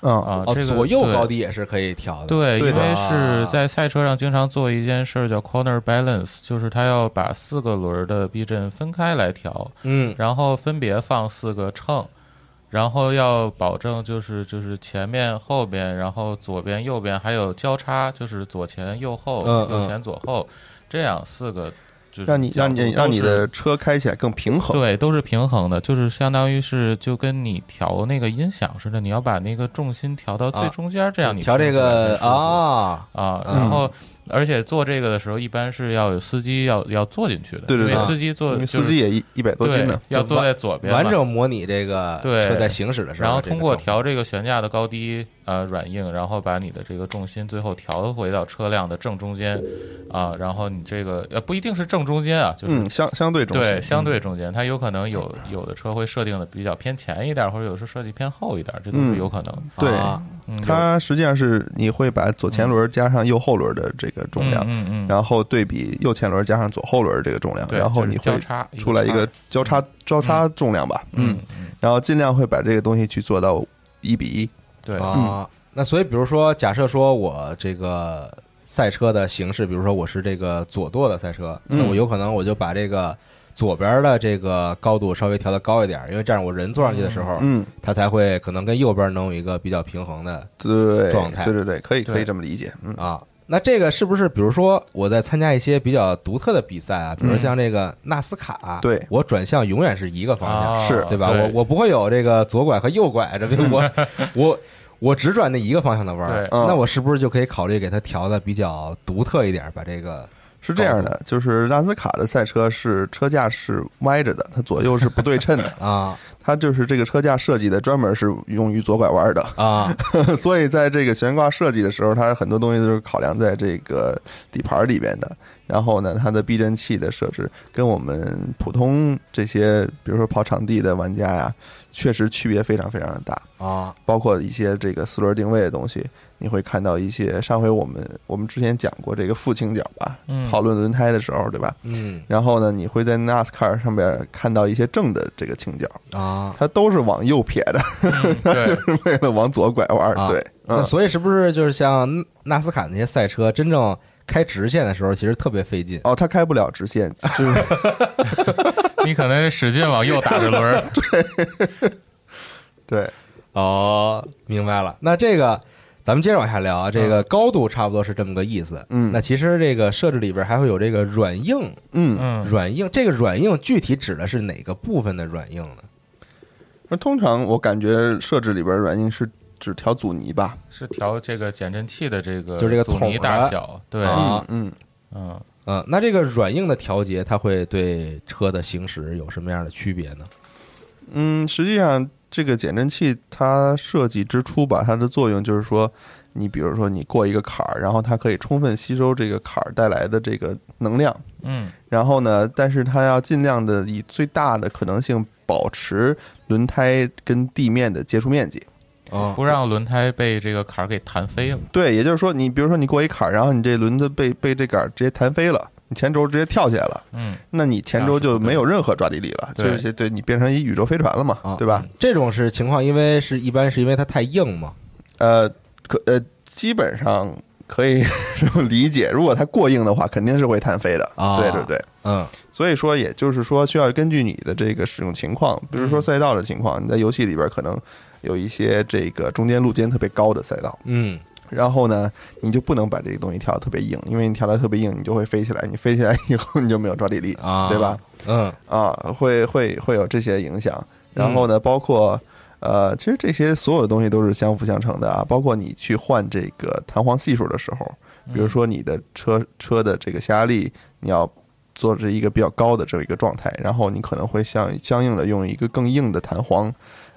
[SPEAKER 3] 嗯，
[SPEAKER 4] 啊。
[SPEAKER 2] 哦
[SPEAKER 4] 这，个
[SPEAKER 2] 左右
[SPEAKER 4] 对
[SPEAKER 2] 高低也是可以调的。
[SPEAKER 4] 对，
[SPEAKER 3] 对
[SPEAKER 4] 因
[SPEAKER 3] 的
[SPEAKER 4] 为是在赛车上经常做一件事儿叫 corner balance，就是它要把四个轮儿的避震分开来调，
[SPEAKER 2] 嗯
[SPEAKER 4] 然后分别放四个秤，然后要保证就是就是前面后边，然后左边右边还有交叉，就是左前右后，
[SPEAKER 2] 嗯嗯
[SPEAKER 4] 右前左后，这样四个就是
[SPEAKER 3] 让你让
[SPEAKER 4] 角
[SPEAKER 3] 你
[SPEAKER 4] 度都
[SPEAKER 3] 让你
[SPEAKER 4] 是
[SPEAKER 3] 的车开起来更平衡。
[SPEAKER 4] 对，都是平衡的，就是相当于是就跟你调那个音响似的，你要把那个重心调到最
[SPEAKER 2] 啊
[SPEAKER 4] 中间，这样你
[SPEAKER 2] 调这
[SPEAKER 4] 听起来才
[SPEAKER 2] 个
[SPEAKER 4] 舒服
[SPEAKER 2] 啊，
[SPEAKER 4] 啊。
[SPEAKER 2] 嗯
[SPEAKER 4] 然后，而且做这个的时候，一般是要有司机要要坐进去的，
[SPEAKER 3] 对对
[SPEAKER 4] 因
[SPEAKER 3] 对
[SPEAKER 4] 为司机坐
[SPEAKER 3] 因为
[SPEAKER 4] 就
[SPEAKER 3] 司
[SPEAKER 4] 是
[SPEAKER 3] 机也一一百多斤
[SPEAKER 4] 对
[SPEAKER 3] 呢，
[SPEAKER 4] 要
[SPEAKER 2] 就
[SPEAKER 4] 坐
[SPEAKER 2] 完
[SPEAKER 4] 在左边嘛
[SPEAKER 2] 完整模拟这个
[SPEAKER 4] 对
[SPEAKER 2] 车在行驶的时候，
[SPEAKER 4] 然后通过，调这个悬架的高低，呃，软硬，然后把你的这个重心最后调回到车辆的正中间，啊、然后你这个呃不一定是正中间啊，就是、
[SPEAKER 3] 嗯，相相对中嗯心，
[SPEAKER 4] 对相对中间，它有可能有有的车会设定的比较偏前一点，或者有时候设计偏后一点，这都是
[SPEAKER 3] 嗯
[SPEAKER 4] 有可能的。
[SPEAKER 3] 对
[SPEAKER 2] 啊
[SPEAKER 4] 嗯、
[SPEAKER 3] 它实际上是你会把左前轮加上右后轮的这个重量，
[SPEAKER 4] 嗯嗯嗯，
[SPEAKER 3] 然后对比右前轮加上左后轮这个重量，
[SPEAKER 4] 对
[SPEAKER 3] 然后
[SPEAKER 4] 就是
[SPEAKER 3] 你
[SPEAKER 4] 交
[SPEAKER 3] 会
[SPEAKER 4] 叉
[SPEAKER 3] 出来一个
[SPEAKER 4] 叉
[SPEAKER 3] 交叉交叉重量吧，
[SPEAKER 4] 嗯，嗯
[SPEAKER 3] 然后尽量会把这个东西去做到一比一，
[SPEAKER 4] 对
[SPEAKER 2] 啊。那所以，比如说，假设说我这个赛车的形式，比如说我是这个左舵的赛车，
[SPEAKER 3] 嗯
[SPEAKER 2] 那我有可能我就把这个左边的这个高度稍微调的高一点，因为这样我人坐上去的时候，
[SPEAKER 3] 嗯，
[SPEAKER 2] 它才会可能跟右边能有一个比较平衡的
[SPEAKER 3] 对，
[SPEAKER 2] 状态
[SPEAKER 3] 对对对，可以可以
[SPEAKER 4] 对
[SPEAKER 3] 这么理解，嗯，
[SPEAKER 2] 啊。那这个是不是，比如说我在参加一些比较独特的比赛啊，比如说
[SPEAKER 4] 嗯
[SPEAKER 2] 像这个纳斯卡，
[SPEAKER 3] 对
[SPEAKER 2] 我转向永远是一个方向，
[SPEAKER 4] 啊
[SPEAKER 3] 是
[SPEAKER 2] 对吧？我我不会有这个左拐和右拐，这个 我我我只转那一个方向的弯儿
[SPEAKER 4] 对，
[SPEAKER 3] 嗯
[SPEAKER 2] 那我是不是就可以考虑给它调的比较独特一点，把这个，
[SPEAKER 3] 是这样的，就是纳斯卡的赛车是车架是歪着的，它左右是不对称 的
[SPEAKER 2] 啊
[SPEAKER 3] 它就是这个车架设计的专门是用于左拐弯的，
[SPEAKER 2] 啊
[SPEAKER 3] 所以在这个悬挂设计的时候，它很多东西都是考量在这个底盘里边的。然后呢，它的避震器的设置跟我们普通这些，比如说跑场地的玩家呀，确实区别非常非常的大。
[SPEAKER 2] 啊
[SPEAKER 3] 包括一些这个四轮定位的东西，你会看到一些。上回我们我们之前讲过这个副倾角吧，
[SPEAKER 4] 嗯
[SPEAKER 3] 讨论轮胎的时候，对吧？
[SPEAKER 2] 嗯
[SPEAKER 3] 然后呢，你会在 NASCAR 上面看到一些正的这个倾角，
[SPEAKER 2] 啊。
[SPEAKER 3] 它都是往右撇的，
[SPEAKER 4] 嗯对，
[SPEAKER 3] 是为了往左拐弯。
[SPEAKER 2] 啊
[SPEAKER 3] 对，
[SPEAKER 2] 那
[SPEAKER 3] 嗯，
[SPEAKER 2] 所以是不是就是像纳斯卡那些赛车，真正开直线的时候，其实特别费劲
[SPEAKER 3] 哦，它开不了直线，就是
[SPEAKER 4] 你可能使劲往右打着轮 儿，
[SPEAKER 3] 对，
[SPEAKER 2] 哦，明白了。那这个咱们接着往下聊啊，这个高度差不多是这么个意思。
[SPEAKER 3] 嗯
[SPEAKER 2] 那其实这个设置里边还会有这个软硬，
[SPEAKER 3] 嗯，
[SPEAKER 4] 嗯，
[SPEAKER 2] 软硬这个软硬具体指的是哪个部分的软硬呢？
[SPEAKER 3] 那通常我感觉设置里边软硬是只调阻尼吧，
[SPEAKER 4] 是调这个减震器的这个
[SPEAKER 2] 就这个
[SPEAKER 4] 阻尼
[SPEAKER 2] 桶的
[SPEAKER 4] 大小，对，
[SPEAKER 2] 啊
[SPEAKER 3] 嗯嗯，
[SPEAKER 4] 嗯，
[SPEAKER 2] 嗯，那这个软硬的调节，它会对车的行驶有什么样的区别呢？
[SPEAKER 3] 嗯，实际上这个减震器它设计之初吧，它的作用就是说，你比如说你过一个坎儿，然后它可以充分吸收这个坎儿带来的这个能量，
[SPEAKER 4] 嗯，
[SPEAKER 3] 然后呢，但是它要尽量的以最大的可能性保持轮胎跟地面的接触面积。
[SPEAKER 2] 哦
[SPEAKER 4] 不让轮胎被这个坎儿给弹飞了，
[SPEAKER 3] 对，也就是说，你比如说你过一坎儿，然后你这轮子被被这杆儿直接弹飞了，你前轴直接跳起来了，
[SPEAKER 4] 嗯，
[SPEAKER 3] 那你前轴就没有任何抓地力了，
[SPEAKER 4] 对
[SPEAKER 3] 就是对你变成一宇宙飞船了嘛，
[SPEAKER 2] 啊，
[SPEAKER 3] 对吧？？
[SPEAKER 2] 这种是情况，因为是一般是因为它太硬嘛。
[SPEAKER 3] 呃，可呃，基本上可以 这么理解。如果它过硬的话，肯定是会弹飞的。
[SPEAKER 2] 啊
[SPEAKER 3] 对对对，
[SPEAKER 2] 嗯
[SPEAKER 3] 所以说也就是说，需要根据你的这个使用情况，比如说赛道的情况，你在游戏里边可能有一些这个中间路肩特别高的赛道，
[SPEAKER 2] 嗯
[SPEAKER 3] 然后呢，你就不能把这个东西调得特别硬，因为你调得特别硬，你就会飞起来，你飞起来以后你就没有抓地力，
[SPEAKER 2] 啊
[SPEAKER 3] 对吧？
[SPEAKER 2] 嗯
[SPEAKER 3] 啊，会会会有这些影响。然后呢，包括呃，其实这些所有的东西都是相辅相成的啊。包括你去换这个弹簧系数的时候，比如说你的车车的这个下压力，你要做这一个比较高的这么一个状态，然后你可能会相相应的用一个更硬的弹簧。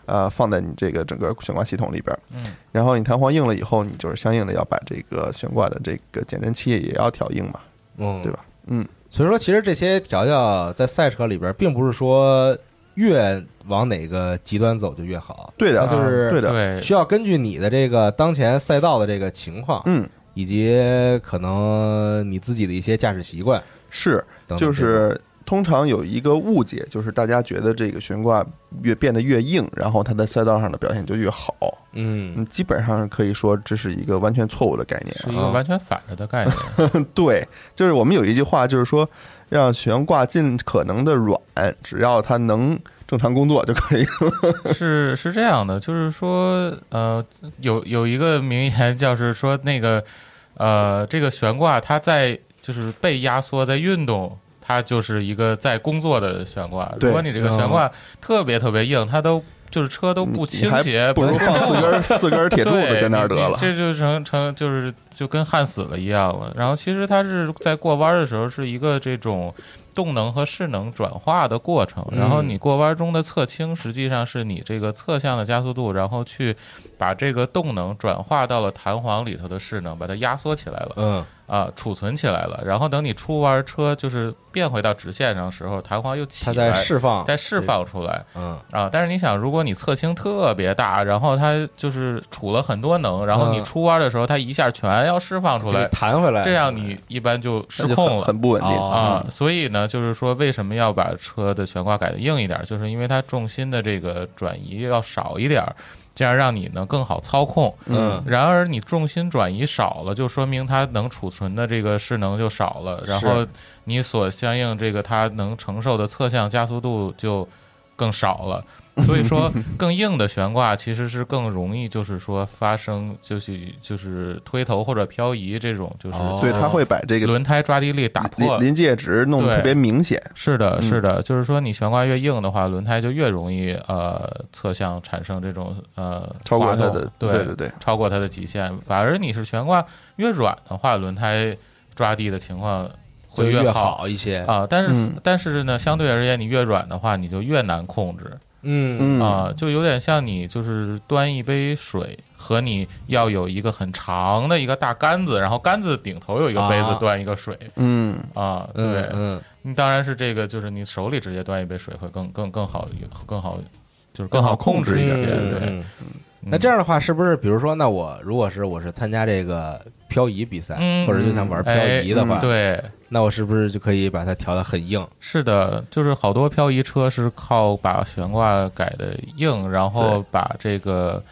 [SPEAKER 3] 呃，放在你这个整个悬挂系统里边，
[SPEAKER 4] 嗯，
[SPEAKER 3] 然后你弹簧硬了以后，你就是相应的要把这个悬挂的这个减震器也要调硬嘛，
[SPEAKER 2] 嗯，
[SPEAKER 3] 对吧？嗯，
[SPEAKER 2] 所以说，其实这些调教在赛车里边，并不是说越往哪个极端走就越好，
[SPEAKER 3] 对的，
[SPEAKER 2] 它就是
[SPEAKER 3] 啊对的，
[SPEAKER 4] 对，
[SPEAKER 2] 需要根据你的这个当前赛道的这个情况，
[SPEAKER 3] 嗯，
[SPEAKER 2] 以及可能你自己的一些驾驶习惯
[SPEAKER 3] 是，
[SPEAKER 4] 嗯
[SPEAKER 2] 等等这种。
[SPEAKER 3] 就是通常有一个误解，就是大家觉得这个悬挂越变得越硬，然后它在赛道上的表现就越好。
[SPEAKER 2] 嗯
[SPEAKER 3] 嗯，基本上可以说这是一个完全错误的概念。
[SPEAKER 4] 是一个完全反着的概念，
[SPEAKER 3] 对，就是我们有一句话，就是说让悬挂尽可能的软，只要它能正常工作就可以。
[SPEAKER 4] 是是这样的，就是说，呃，有有一个名言，就是说那个，呃，这个悬挂它在就是被压缩在运动，它就是一个在工作的悬挂。
[SPEAKER 3] 对嗯
[SPEAKER 4] 如果你这个悬挂特别特别硬，它都就是车都哎不
[SPEAKER 3] 你
[SPEAKER 4] 倾
[SPEAKER 3] 还
[SPEAKER 4] 斜，
[SPEAKER 3] 不如放四根儿四根儿铁柱子
[SPEAKER 4] 对
[SPEAKER 3] 跟那儿得
[SPEAKER 4] 你你
[SPEAKER 3] 了。
[SPEAKER 4] 这就成成就是就跟焊死了一样了。然后其实它是在过弯儿的时候是一个这种动能和势能转化的过程，
[SPEAKER 2] 嗯
[SPEAKER 4] 然后你过弯中的侧倾实际上是你这个侧向的加速度，然后去把这个动能转化到了弹簧里头的势能，把它压缩起来了
[SPEAKER 2] 嗯
[SPEAKER 4] 啊，储存起来了。然后等你出弯儿车就是变回到直线上的时候，弹簧又起
[SPEAKER 2] 它在
[SPEAKER 4] 来。
[SPEAKER 2] 释放，
[SPEAKER 4] 再释放出来，
[SPEAKER 2] 嗯
[SPEAKER 4] 啊，但是你想，如果你侧倾特别大，然后它就是储了很多能，然后你
[SPEAKER 2] 嗯
[SPEAKER 4] 出弯的时候，它一下全要释放出
[SPEAKER 2] 给
[SPEAKER 4] 来
[SPEAKER 2] 你，弹回来，
[SPEAKER 4] 这样你一般就
[SPEAKER 3] 那
[SPEAKER 4] 失
[SPEAKER 3] 就
[SPEAKER 4] 控
[SPEAKER 3] 很
[SPEAKER 4] 了
[SPEAKER 3] 很不稳定
[SPEAKER 2] 哦
[SPEAKER 4] 啊。所以呢，就是说为什么要把车的悬挂改的硬一点，就是因为它重心的这个转移要少一点，这样让你呢更好操控。
[SPEAKER 2] 嗯
[SPEAKER 4] 然而你重心转移少了，就说明它能储存的这个势能就少了，然后你所相应这个它能承受的侧向加速度就更少 了。所以说，更硬的悬挂其实是更容易，就是说发生就是就是推头或者漂移这种，就是
[SPEAKER 2] 哦
[SPEAKER 3] 对，它会把这个
[SPEAKER 4] 轮胎抓地力打破
[SPEAKER 3] 临。临界值弄得
[SPEAKER 4] 对
[SPEAKER 3] 特别明显。
[SPEAKER 4] 是的，
[SPEAKER 3] 嗯
[SPEAKER 4] 是的，就是说你悬挂越硬的话，轮胎就越容易呃侧向产生这种呃
[SPEAKER 3] 超过
[SPEAKER 4] 滑
[SPEAKER 3] 它
[SPEAKER 4] 动
[SPEAKER 3] 的，
[SPEAKER 4] 对
[SPEAKER 3] 对对，
[SPEAKER 4] 超过它的极限。反而你是悬挂越软的话，轮胎抓地的情况
[SPEAKER 2] 会
[SPEAKER 4] 会越好
[SPEAKER 2] 好一些。
[SPEAKER 4] 啊。但是、
[SPEAKER 3] 嗯
[SPEAKER 4] 但是呢，相对而言，你越软的话，你就越难控制
[SPEAKER 2] 嗯
[SPEAKER 3] 嗯
[SPEAKER 4] 啊、就有点像你就是端一杯水和你要有一个很长的一个大杆子，然后杆子顶头有一个杯子
[SPEAKER 2] 啊
[SPEAKER 4] 端一个水
[SPEAKER 3] 嗯，
[SPEAKER 4] 啊、对。
[SPEAKER 2] 嗯嗯，
[SPEAKER 4] 你当然是这个，就是你手里直接端一杯水会更更更好，更好，就是更好控制一些。
[SPEAKER 3] 更好控制
[SPEAKER 4] 对，
[SPEAKER 2] 嗯
[SPEAKER 4] 嗯
[SPEAKER 2] 那这样的话，是不是比如说，那我如果是我是参加这个漂移比赛，
[SPEAKER 4] 嗯
[SPEAKER 2] 或者就想玩漂移的话，
[SPEAKER 3] 哎嗯
[SPEAKER 4] 对，
[SPEAKER 2] 那我是不是就可以把它调的很硬？
[SPEAKER 4] 是的，就是好多漂移车是靠把悬挂改的硬，然后把这个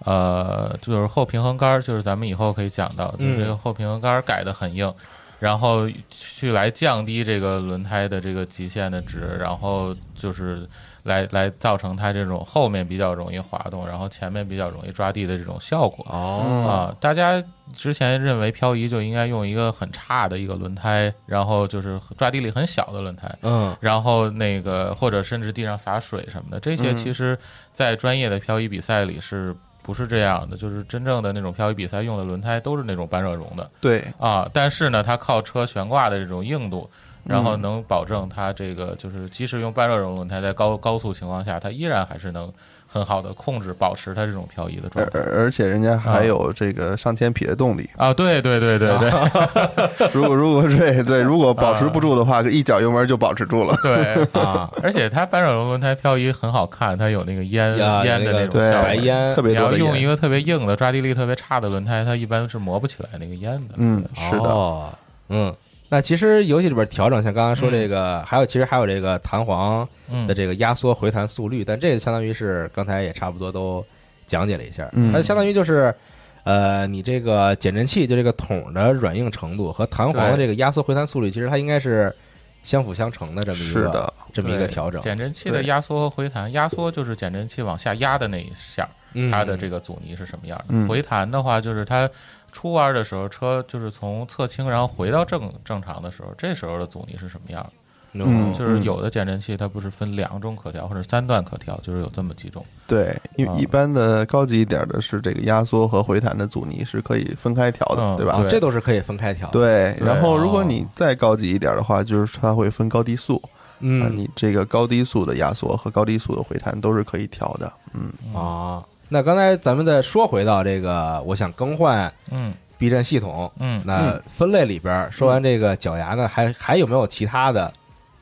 [SPEAKER 4] 呃，就是后平衡杆儿，就是咱们以后可以讲到，就
[SPEAKER 2] 嗯
[SPEAKER 4] 是这个后平衡杆儿改的很硬，然后去来降低这个轮胎的这个极限的值，然后就是来来造成它这种后面比较容易滑动，然后前面比较容易抓地的这种效果。
[SPEAKER 2] 哦，
[SPEAKER 4] 啊
[SPEAKER 3] 哦、
[SPEAKER 4] 大家之前认为漂移就应该用一个很差的一个轮胎，然后就是抓地力很小的轮胎，
[SPEAKER 2] 嗯
[SPEAKER 4] 然后那个或者甚至地上洒水什么的，这些
[SPEAKER 3] 嗯
[SPEAKER 4] 其实在专业的漂移比赛里是不是这样的？就是真正的那种漂移比赛用的轮胎都是那种半热熔的
[SPEAKER 3] 对，
[SPEAKER 4] 啊，但是呢，它靠车悬挂的这种硬度。然后
[SPEAKER 3] 嗯
[SPEAKER 4] 能保证它这个就是，即使用半热熔轮胎，在高高速情况下，它依然还是能很好的控制、保持它这种漂移
[SPEAKER 2] 嗯
[SPEAKER 4] 的
[SPEAKER 3] 而
[SPEAKER 4] 状态
[SPEAKER 3] 而而且人家
[SPEAKER 4] 啊
[SPEAKER 3] 还有这个上千匹的动力。
[SPEAKER 4] 啊！对对对对对，
[SPEAKER 3] 如果如果 对对，如果保持不住的话，一脚油门就保持 住了。
[SPEAKER 4] 对，
[SPEAKER 2] 啊，
[SPEAKER 4] 而且它半转轮轮胎漂移很好看，它有那个烟
[SPEAKER 2] 呀
[SPEAKER 4] 烟的
[SPEAKER 2] 有那
[SPEAKER 4] 那
[SPEAKER 2] 个
[SPEAKER 4] 种
[SPEAKER 3] 对，
[SPEAKER 4] 效
[SPEAKER 2] 白
[SPEAKER 4] 果。
[SPEAKER 2] 烟
[SPEAKER 3] 特别
[SPEAKER 4] 你
[SPEAKER 3] 多
[SPEAKER 4] 要
[SPEAKER 3] 的
[SPEAKER 4] 用一
[SPEAKER 3] 烟。
[SPEAKER 4] 个特别硬的、抓地力特别差的轮胎，它一般是磨不起来那个烟的。
[SPEAKER 3] 嗯，是的，
[SPEAKER 2] 哦，嗯。那其实游戏里边调整，像刚刚说这个，还有其实还有这个弹簧
[SPEAKER 4] 嗯
[SPEAKER 2] 的，这个压缩回弹速率，但这个相当于是刚才也差不多都讲解了一下，
[SPEAKER 3] 嗯
[SPEAKER 2] 它相当于就是。呃，你这个减震器就这个桶的软硬程度和弹簧的
[SPEAKER 4] 对
[SPEAKER 2] 这个压缩回弹速率，其实它应该是相辅相成的这么一
[SPEAKER 3] 是
[SPEAKER 2] 个啊
[SPEAKER 3] 的，
[SPEAKER 2] 这么一个调整。
[SPEAKER 4] 减震器的
[SPEAKER 3] 对
[SPEAKER 4] 压缩和回弹，压缩就是减震器往下压的那一下，
[SPEAKER 2] 嗯
[SPEAKER 4] 它的这个阻尼是什么样的。
[SPEAKER 3] 嗯
[SPEAKER 4] 回弹的话，就是它出弯的时候，车就是从侧倾，然后回到正正常的时候，这时候的阻尼是什么样的？
[SPEAKER 3] 嗯
[SPEAKER 4] 就是有的减震器它不是分两种可调或者三段可调，就是有这么几种。
[SPEAKER 3] 对，因为
[SPEAKER 4] 啊
[SPEAKER 2] 嗯
[SPEAKER 3] 一般的高级一点的是这个压缩和回弹的阻尼是可以分开调的，
[SPEAKER 4] 嗯
[SPEAKER 3] 对吧
[SPEAKER 4] 对？
[SPEAKER 2] 这都是可以分开调的。
[SPEAKER 3] 对，
[SPEAKER 4] 对
[SPEAKER 3] 然后如果
[SPEAKER 2] 哦
[SPEAKER 3] 你再高级一点的话，就是它会分高低速啊，
[SPEAKER 2] 嗯，
[SPEAKER 3] 你这个高低速的压缩和高低速的回弹都是可以调的。嗯，
[SPEAKER 2] 啊，那刚才咱们再说回到这个，我想更换
[SPEAKER 4] 嗯
[SPEAKER 2] 避震系统，
[SPEAKER 4] 嗯，
[SPEAKER 2] 那分类里边儿说完这个脚牙呢，还还有没有其他的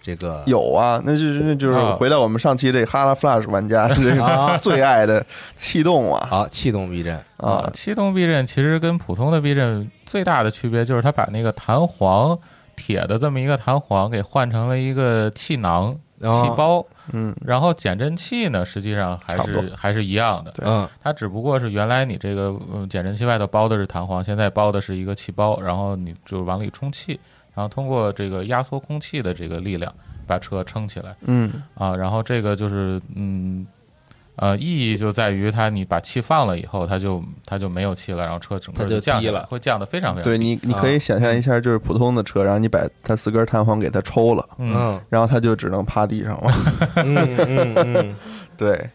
[SPEAKER 2] 这个
[SPEAKER 3] 有啊，那就是那就是
[SPEAKER 4] 啊
[SPEAKER 3] 回到我们上期这哈拉 Flash 玩家这
[SPEAKER 2] 啊
[SPEAKER 3] 个最爱的气 动啊
[SPEAKER 2] 好气动避震？
[SPEAKER 3] 啊，
[SPEAKER 4] 气动避震其实跟普通的避震最大的区别就是它把那个弹簧铁的这么一个弹簧给换成了一个气囊、
[SPEAKER 2] 哦
[SPEAKER 4] 气包，
[SPEAKER 3] 嗯，
[SPEAKER 4] 然后减震器呢，实际上还
[SPEAKER 3] 差不
[SPEAKER 4] 是还是一样的，
[SPEAKER 3] 对
[SPEAKER 2] 嗯
[SPEAKER 4] 它只不过是原来你这个嗯减震器外头包的是弹簧，现在包的是一个气包，然后你就往里充气，然后通过这个压缩空气的这个力量把车撑起来。
[SPEAKER 3] 嗯
[SPEAKER 4] 啊，然后这个就是嗯。呃，意义就在于它，你把气放了以后，它就它就没有气了，然后车整
[SPEAKER 2] 它
[SPEAKER 4] 个
[SPEAKER 2] 就
[SPEAKER 4] 降
[SPEAKER 2] 低
[SPEAKER 4] 下来
[SPEAKER 2] 了
[SPEAKER 4] 会降的非常非常
[SPEAKER 3] 对
[SPEAKER 4] 低嗯
[SPEAKER 3] 你，你可以想象一下，就是普通的车，然后你把它四根弹簧给它抽了，
[SPEAKER 4] 嗯，
[SPEAKER 2] 嗯
[SPEAKER 3] 然后它就只能趴地上了。
[SPEAKER 2] 嗯嗯嗯。
[SPEAKER 3] 对，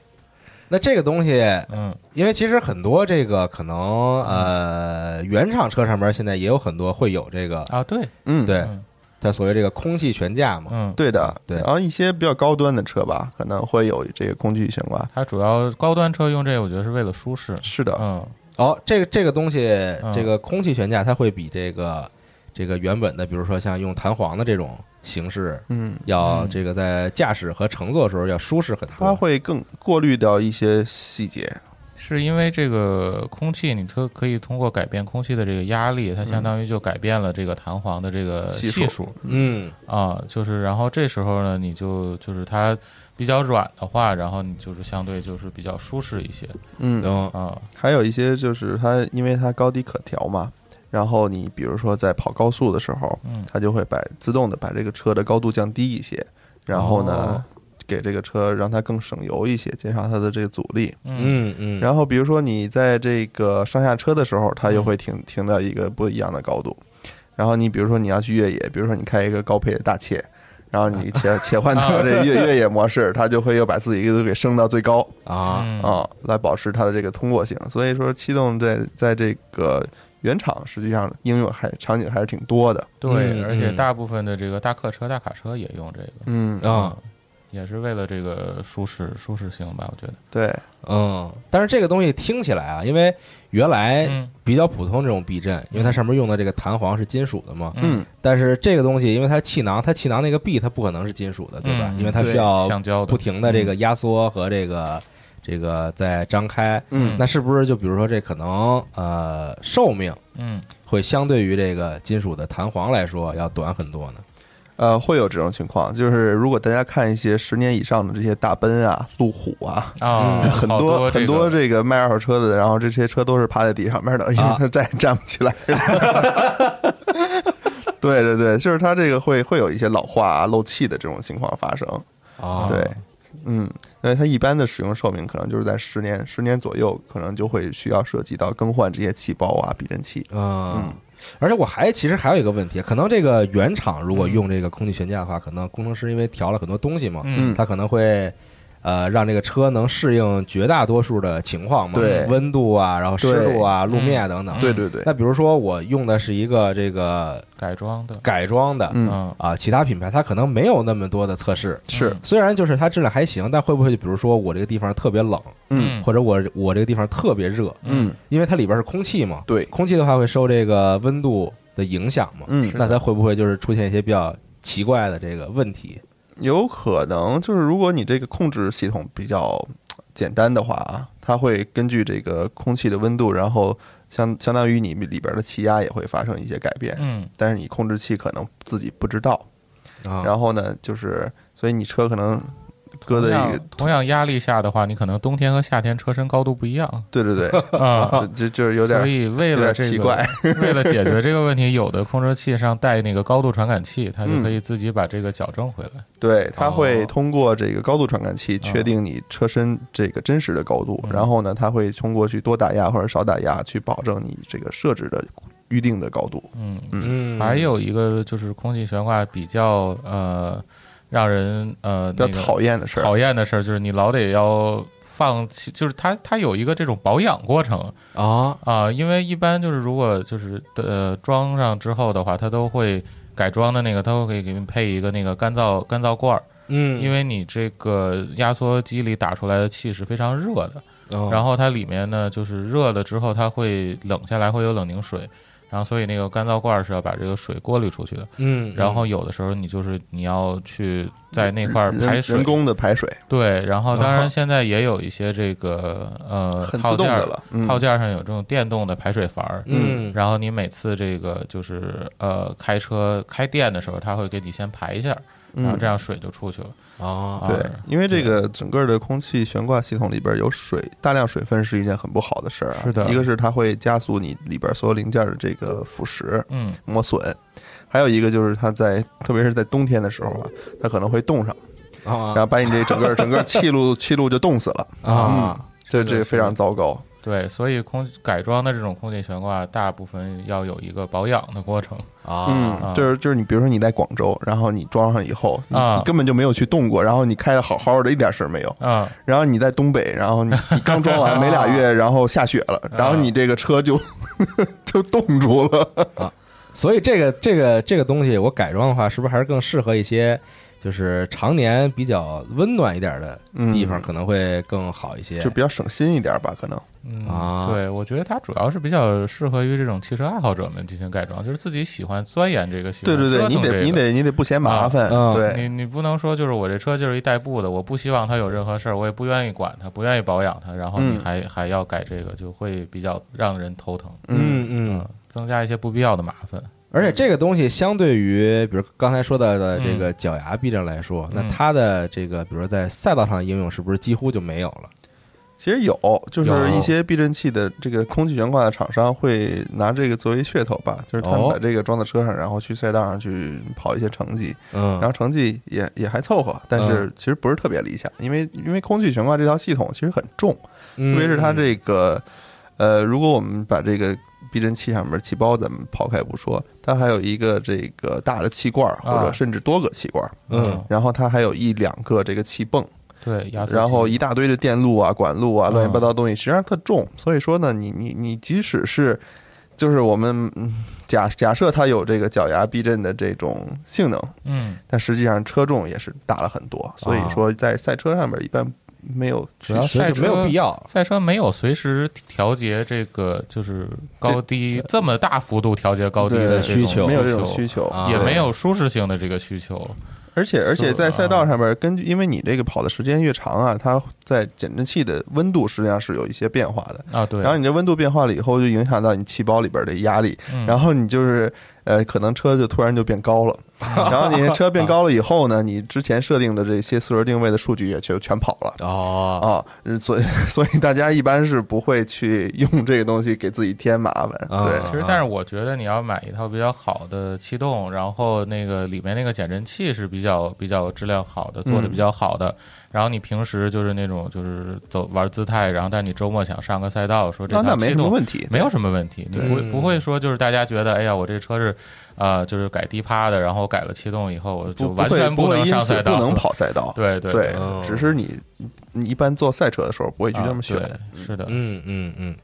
[SPEAKER 2] 那这个东西，
[SPEAKER 4] 嗯
[SPEAKER 2] 因为其实很多这个可能呃，原厂车上面现在也有很多会有这个，
[SPEAKER 4] 啊，对，
[SPEAKER 3] 嗯，
[SPEAKER 2] 对
[SPEAKER 4] 嗯，
[SPEAKER 2] 它所谓这个空气悬架嘛。
[SPEAKER 4] 嗯，
[SPEAKER 3] 对的，
[SPEAKER 2] 对
[SPEAKER 3] 然后一些比较高端的车吧，可能会有这个工具悬挂。
[SPEAKER 4] 它主要高端车用这个，我觉得是为了舒适。
[SPEAKER 2] 啊
[SPEAKER 3] 是的，
[SPEAKER 4] 嗯，
[SPEAKER 2] 哦，这个这个东西，这个空气悬架它会比这个这个原本的，比如说像用弹簧的这种形式，
[SPEAKER 3] 嗯，
[SPEAKER 2] 要
[SPEAKER 4] 嗯
[SPEAKER 2] 这个在驾驶和乘坐的时候要舒适很
[SPEAKER 3] 它
[SPEAKER 2] 多。
[SPEAKER 3] 会更过滤掉一些细节。
[SPEAKER 4] 是因为这个空气，你可可以通过改变空气的这个压力，它相当于就改变了这个弹簧的这个
[SPEAKER 3] 系
[SPEAKER 4] 呃系
[SPEAKER 3] 数
[SPEAKER 4] 数
[SPEAKER 2] 嗯
[SPEAKER 4] 啊，就是然后这时候呢，你就就是它比较软的话，然后你就是相对就是比较舒适一些
[SPEAKER 3] 嗯，
[SPEAKER 2] 嗯
[SPEAKER 4] 啊，
[SPEAKER 3] 还有一些就是它，因为它高低可调嘛，然后你比如说在跑高速的时候，
[SPEAKER 4] 嗯
[SPEAKER 3] 它就会把自动的把这个车的高度降低一些，然后呢、
[SPEAKER 4] 哦
[SPEAKER 3] 给这个车让它更省油一些，减少它的这个阻力。
[SPEAKER 4] 嗯
[SPEAKER 2] 嗯嗯，
[SPEAKER 3] 然后比如说你在这个上下车的时候，它又
[SPEAKER 4] 嗯
[SPEAKER 3] 会停停在一个不一样的高度。然后你比如说你要去越野，比如说你开一个高配的大切，然后你 切切换到这越越野模式，它就会又把自己又给升到最高
[SPEAKER 2] 啊，
[SPEAKER 4] 嗯
[SPEAKER 3] 啊、来保持它的这个通过性。所以说气动在在这个原厂实际上应用还场景还是挺多的。
[SPEAKER 4] 对，
[SPEAKER 2] 嗯
[SPEAKER 4] 而且
[SPEAKER 2] 嗯
[SPEAKER 4] 大部分的这个大客车、大卡车也用这个，
[SPEAKER 3] 嗯
[SPEAKER 2] 啊，
[SPEAKER 4] 也是为了这个舒适舒适性吧，我觉得。
[SPEAKER 3] 对，
[SPEAKER 2] 嗯，但是这个东西听起来啊，因为原来
[SPEAKER 4] 嗯
[SPEAKER 2] 比较普通这种避震，因为它上面用的这个弹簧是金属的嘛，
[SPEAKER 3] 嗯，
[SPEAKER 2] 但是这个东西因为它气囊，它气囊那个壁它不可能是金属的，对吧？
[SPEAKER 4] 嗯
[SPEAKER 2] 因为它
[SPEAKER 3] 对
[SPEAKER 2] 需要
[SPEAKER 4] 橡胶的
[SPEAKER 2] 不停的这个压缩和这个这个在张开，
[SPEAKER 3] 嗯
[SPEAKER 2] 那是不是就比如说这可能呃寿命
[SPEAKER 4] 嗯，
[SPEAKER 2] 会相对于这个金属的弹簧来说要短很多呢？
[SPEAKER 3] 呃，会有这种情况，就是如果大家看一些十年以上的这些大奔啊、路虎啊，
[SPEAKER 4] 啊，
[SPEAKER 3] 很
[SPEAKER 4] 好多
[SPEAKER 3] 很
[SPEAKER 4] 多
[SPEAKER 3] 多这个卖二手车的，然后这些车都是趴在地上面的，因为
[SPEAKER 2] 啊
[SPEAKER 3] 它再也站不起来了对对对，就是它这个会会有一些老化、啊、漏气的这种情况发生。
[SPEAKER 2] 啊，
[SPEAKER 3] 对，嗯，因为它一般的使用寿命可能就是在十年、十年左右，可能就会需要涉及到更换这些气包啊、避震器。
[SPEAKER 2] 嗯，而且我还其实还有一个问题，可能这个原厂如果用这个空气悬架的话，可能工程师因为调了很多东西嘛，
[SPEAKER 4] 嗯
[SPEAKER 2] 他可能会呃让这个车能适应绝大多数的情况嘛，
[SPEAKER 3] 对
[SPEAKER 2] 温度啊，然后湿
[SPEAKER 3] 对
[SPEAKER 2] 度啊，路
[SPEAKER 4] 嗯
[SPEAKER 2] 面啊等等。
[SPEAKER 3] 对对对，
[SPEAKER 2] 那比如说我用的是一个这个
[SPEAKER 4] 改装的，
[SPEAKER 2] 改装的，
[SPEAKER 3] 嗯
[SPEAKER 4] 嗯
[SPEAKER 2] 啊，其他品牌它可能没有那么多的测试，
[SPEAKER 3] 是，
[SPEAKER 2] 虽然就是它质量还行，但会不会比如说我这个地方特别冷，
[SPEAKER 3] 嗯
[SPEAKER 2] 或者我我这个地方特别热，
[SPEAKER 3] 嗯，
[SPEAKER 2] 因为它里边是空气嘛，
[SPEAKER 3] 对
[SPEAKER 2] 空气的话会受这个温度的影响嘛，
[SPEAKER 3] 嗯，
[SPEAKER 2] 那它会不会就是出现一些比较奇怪的这个问题？
[SPEAKER 3] 有可能就是如果你这个控制系统比较呃简单的话啊，它会根据这个空气的温度，然后相相当于你里边的气压也会发生一些改变，
[SPEAKER 4] 嗯
[SPEAKER 3] 但是你控制器可能自己不知道。
[SPEAKER 2] 啊，
[SPEAKER 3] 然后呢，就是所以你车可能搁在一
[SPEAKER 4] 同
[SPEAKER 3] 个
[SPEAKER 4] 样，同样压力下的话，你可能冬天和夏天车身高度不一样
[SPEAKER 3] 对对对，
[SPEAKER 4] 啊。
[SPEAKER 3] 这这就是有
[SPEAKER 4] 所
[SPEAKER 3] 点
[SPEAKER 4] 以为了这
[SPEAKER 3] 有点奇
[SPEAKER 4] 个
[SPEAKER 3] 怪，
[SPEAKER 4] 为了解决这个问题，有的控制器上带那个高度传感器，它就可以自己把这个矫正回来。
[SPEAKER 3] 对，它会
[SPEAKER 2] 哦
[SPEAKER 3] 通过这个高度传感器确定你车身这个真实的高度，
[SPEAKER 4] 哦嗯
[SPEAKER 3] 然后呢，它会通过去多打压或者少打压去保证你这个设置的预定的高度。
[SPEAKER 4] 嗯，
[SPEAKER 2] 嗯，
[SPEAKER 4] 还有一个就是空气悬挂比较呃让人呃
[SPEAKER 3] 比较
[SPEAKER 4] 那个
[SPEAKER 3] 讨厌的事儿，
[SPEAKER 4] 讨厌的事儿，就是你老得要放弃，就是它它有一个这种保养过程
[SPEAKER 2] 啊，
[SPEAKER 4] 啊、因为一般就是如果就是呃装上之后的话，它都会改装的那个，它会给给你配一个那个干燥干燥罐儿，
[SPEAKER 2] 嗯，
[SPEAKER 4] 因为你这个压缩机里打出来的气是非常热的，然
[SPEAKER 2] 后
[SPEAKER 3] 嗯
[SPEAKER 4] 后它里面呢就是热了之后它会冷下来，会有冷凝水。然后，所以那个干燥罐儿是要把这个水过滤出去的。
[SPEAKER 2] 嗯，
[SPEAKER 4] 然后有的时候你就是你要去在那块儿
[SPEAKER 3] 人
[SPEAKER 4] 排水，
[SPEAKER 3] 人工的排水，
[SPEAKER 4] 对，然后当
[SPEAKER 2] 哦
[SPEAKER 4] 然现在也有一些这个呃
[SPEAKER 3] 很
[SPEAKER 4] 套
[SPEAKER 3] 自动
[SPEAKER 4] 件
[SPEAKER 3] 的
[SPEAKER 4] 儿
[SPEAKER 3] 了。嗯
[SPEAKER 4] 套件儿上有这种电动的排水阀儿，
[SPEAKER 2] 嗯，
[SPEAKER 4] 然后你每次这个就是呃开车开电的时候，它会给你先排一下，然后
[SPEAKER 3] 嗯
[SPEAKER 4] 这，样水就出去了。
[SPEAKER 2] 啊，
[SPEAKER 3] 对
[SPEAKER 4] 啊，
[SPEAKER 3] 因为这个整个的空气悬挂系统里边有水，大量水分是一件很不好的事儿啊。
[SPEAKER 4] 是的
[SPEAKER 3] 一个是它会加速你里边所有零件的这个腐蚀
[SPEAKER 4] 嗯
[SPEAKER 3] 磨损，还有一个就是它在特别是在冬天的时候啊，它可能会冻上。然
[SPEAKER 2] 啊
[SPEAKER 3] 后把你这整个整个气路气路就冻死了，
[SPEAKER 2] 啊，
[SPEAKER 3] 这
[SPEAKER 4] 是的
[SPEAKER 3] 这个非常糟糕。
[SPEAKER 4] 对，所以空改装的这种空气悬挂，大部分要有一个保养的过程。
[SPEAKER 2] 啊，
[SPEAKER 3] 嗯，就是就是你比如说你在广州，然后你装上以后，你
[SPEAKER 4] 啊
[SPEAKER 3] 你根本就没有去动过，然后你开的好好的，一点事儿没有。
[SPEAKER 4] 啊，
[SPEAKER 3] 然后你在东北，然后你你刚装 完没俩月，然后下雪了，
[SPEAKER 4] 啊
[SPEAKER 3] 然后你这个车就 就冻住了。
[SPEAKER 2] 所以这个这个这个东西，我改装的话，是不是还是更适合一些，就是常年比较温暖一点的地方，
[SPEAKER 3] 嗯
[SPEAKER 2] 可能会更好一些？
[SPEAKER 3] 就比较省心一点吧，可能。
[SPEAKER 4] 嗯
[SPEAKER 2] 啊
[SPEAKER 4] 对，我觉得它主要是比较适合于这种汽车爱好者们进行改装，就是自己喜欢钻研这个，喜欢
[SPEAKER 3] 对对对，
[SPEAKER 4] 折
[SPEAKER 3] 你
[SPEAKER 4] 腾这
[SPEAKER 3] 得
[SPEAKER 4] 个
[SPEAKER 3] 你得你得不嫌麻烦，
[SPEAKER 2] 啊
[SPEAKER 3] 对
[SPEAKER 4] 你你不能说就是我这车就是一代步的，我不希望它有任何事儿，我也不愿意管它，不愿意保养它，然后你
[SPEAKER 3] 嗯
[SPEAKER 4] 还、还要改这个，就会比较让人头疼，
[SPEAKER 2] 嗯嗯
[SPEAKER 4] 嗯，，增加一些不必要的麻烦。
[SPEAKER 2] 而且这个东西相对于，比如刚才说到的这个脚牙避震来说，
[SPEAKER 4] 嗯
[SPEAKER 2] 那它的这个，比如在赛道上的应用，是不是几乎就没有了？
[SPEAKER 3] 其实有，就是
[SPEAKER 2] 有
[SPEAKER 3] 一些避震器的这个空气悬挂的厂商会拿这个作为噱头吧，就是他们
[SPEAKER 2] 哦
[SPEAKER 3] 把这个装到车上，然后去赛道上去跑一些成绩，然
[SPEAKER 2] 嗯
[SPEAKER 3] 后成绩也也还凑合，但是其实不是特别理想，因为因为空气悬挂这套系统其实很重，特
[SPEAKER 2] 嗯，
[SPEAKER 3] 别是它这个，呃，如果我们把这个避震器上面气包咱们抛开不说，它还有一个这个大的气罐儿，或者
[SPEAKER 4] 啊
[SPEAKER 3] 甚至多个气罐儿，
[SPEAKER 2] 嗯
[SPEAKER 3] 然后它还有一两个这个气泵，
[SPEAKER 4] 对，压缩
[SPEAKER 3] 然后
[SPEAKER 4] 机
[SPEAKER 3] 一大堆的电路啊、管路啊、
[SPEAKER 4] 嗯
[SPEAKER 3] 乱七八糟的东西，实际上特重。所以说呢，你你你即使是就是我们嗯假假设它有这个脚牙避震的这种性能，
[SPEAKER 4] 嗯，
[SPEAKER 3] 但实际上车重也是大了很多，所以说在赛车上面一般没有
[SPEAKER 2] 主要
[SPEAKER 4] 赛
[SPEAKER 2] 是
[SPEAKER 4] 车
[SPEAKER 2] 没有必要，
[SPEAKER 4] 赛车没有随时调节这个就是高低这么大幅度调节高低的
[SPEAKER 3] 对
[SPEAKER 4] 这种
[SPEAKER 2] 需求
[SPEAKER 3] 没有这种需求
[SPEAKER 2] 啊，
[SPEAKER 4] 也
[SPEAKER 3] 对
[SPEAKER 4] 没有舒适性的这个需求，
[SPEAKER 3] 而且而且
[SPEAKER 4] 是
[SPEAKER 3] 在
[SPEAKER 4] 啊
[SPEAKER 3] 赛道上面，根据因为你这个跑的时间越长啊，它在减震器的温度实际上是有一些变化的。
[SPEAKER 4] 啊，对，
[SPEAKER 3] 然后你这温度变化了以后，就影响到你气包里边的压力，
[SPEAKER 4] 嗯
[SPEAKER 3] 然后你就是呃，可能车就突然就变高 了。然后你车变高了以后呢，你之前设定的这些四轮定位的数据也全全跑了。
[SPEAKER 2] 哦，
[SPEAKER 3] 啊、呃所以 所以大家一般是不会去用这个东西给自己添麻烦，
[SPEAKER 2] 啊
[SPEAKER 3] 对，
[SPEAKER 4] 其实，但是我觉得你要买一套比较好的气动，然后那个里面那个减震器是比较比较质量好的，做的比较好
[SPEAKER 3] 嗯
[SPEAKER 4] 的。然后你平时就是那种就是走玩姿态，然后但你周末想上个赛道，说这
[SPEAKER 3] 那那
[SPEAKER 4] 套
[SPEAKER 3] 没
[SPEAKER 4] 气
[SPEAKER 3] 什么
[SPEAKER 4] 动
[SPEAKER 3] 问题，
[SPEAKER 4] 没有什么问题，你
[SPEAKER 3] 对
[SPEAKER 4] 不会不会说就是大家觉得哎呀，我这车是啊、呃就是改低趴的，然后改了气动以后我就
[SPEAKER 3] 不
[SPEAKER 4] 完
[SPEAKER 3] 不会
[SPEAKER 4] 全
[SPEAKER 3] 不会
[SPEAKER 4] 能
[SPEAKER 3] 因
[SPEAKER 4] 上
[SPEAKER 3] 此
[SPEAKER 4] 赛
[SPEAKER 3] 不
[SPEAKER 4] 道，
[SPEAKER 3] 能跑赛道，
[SPEAKER 4] 对 对哦
[SPEAKER 3] 对
[SPEAKER 2] 嗯，
[SPEAKER 3] 只是你你一般做赛车的时候不会去
[SPEAKER 4] 啊
[SPEAKER 3] 这么选，
[SPEAKER 4] 对是的，
[SPEAKER 2] 嗯嗯嗯，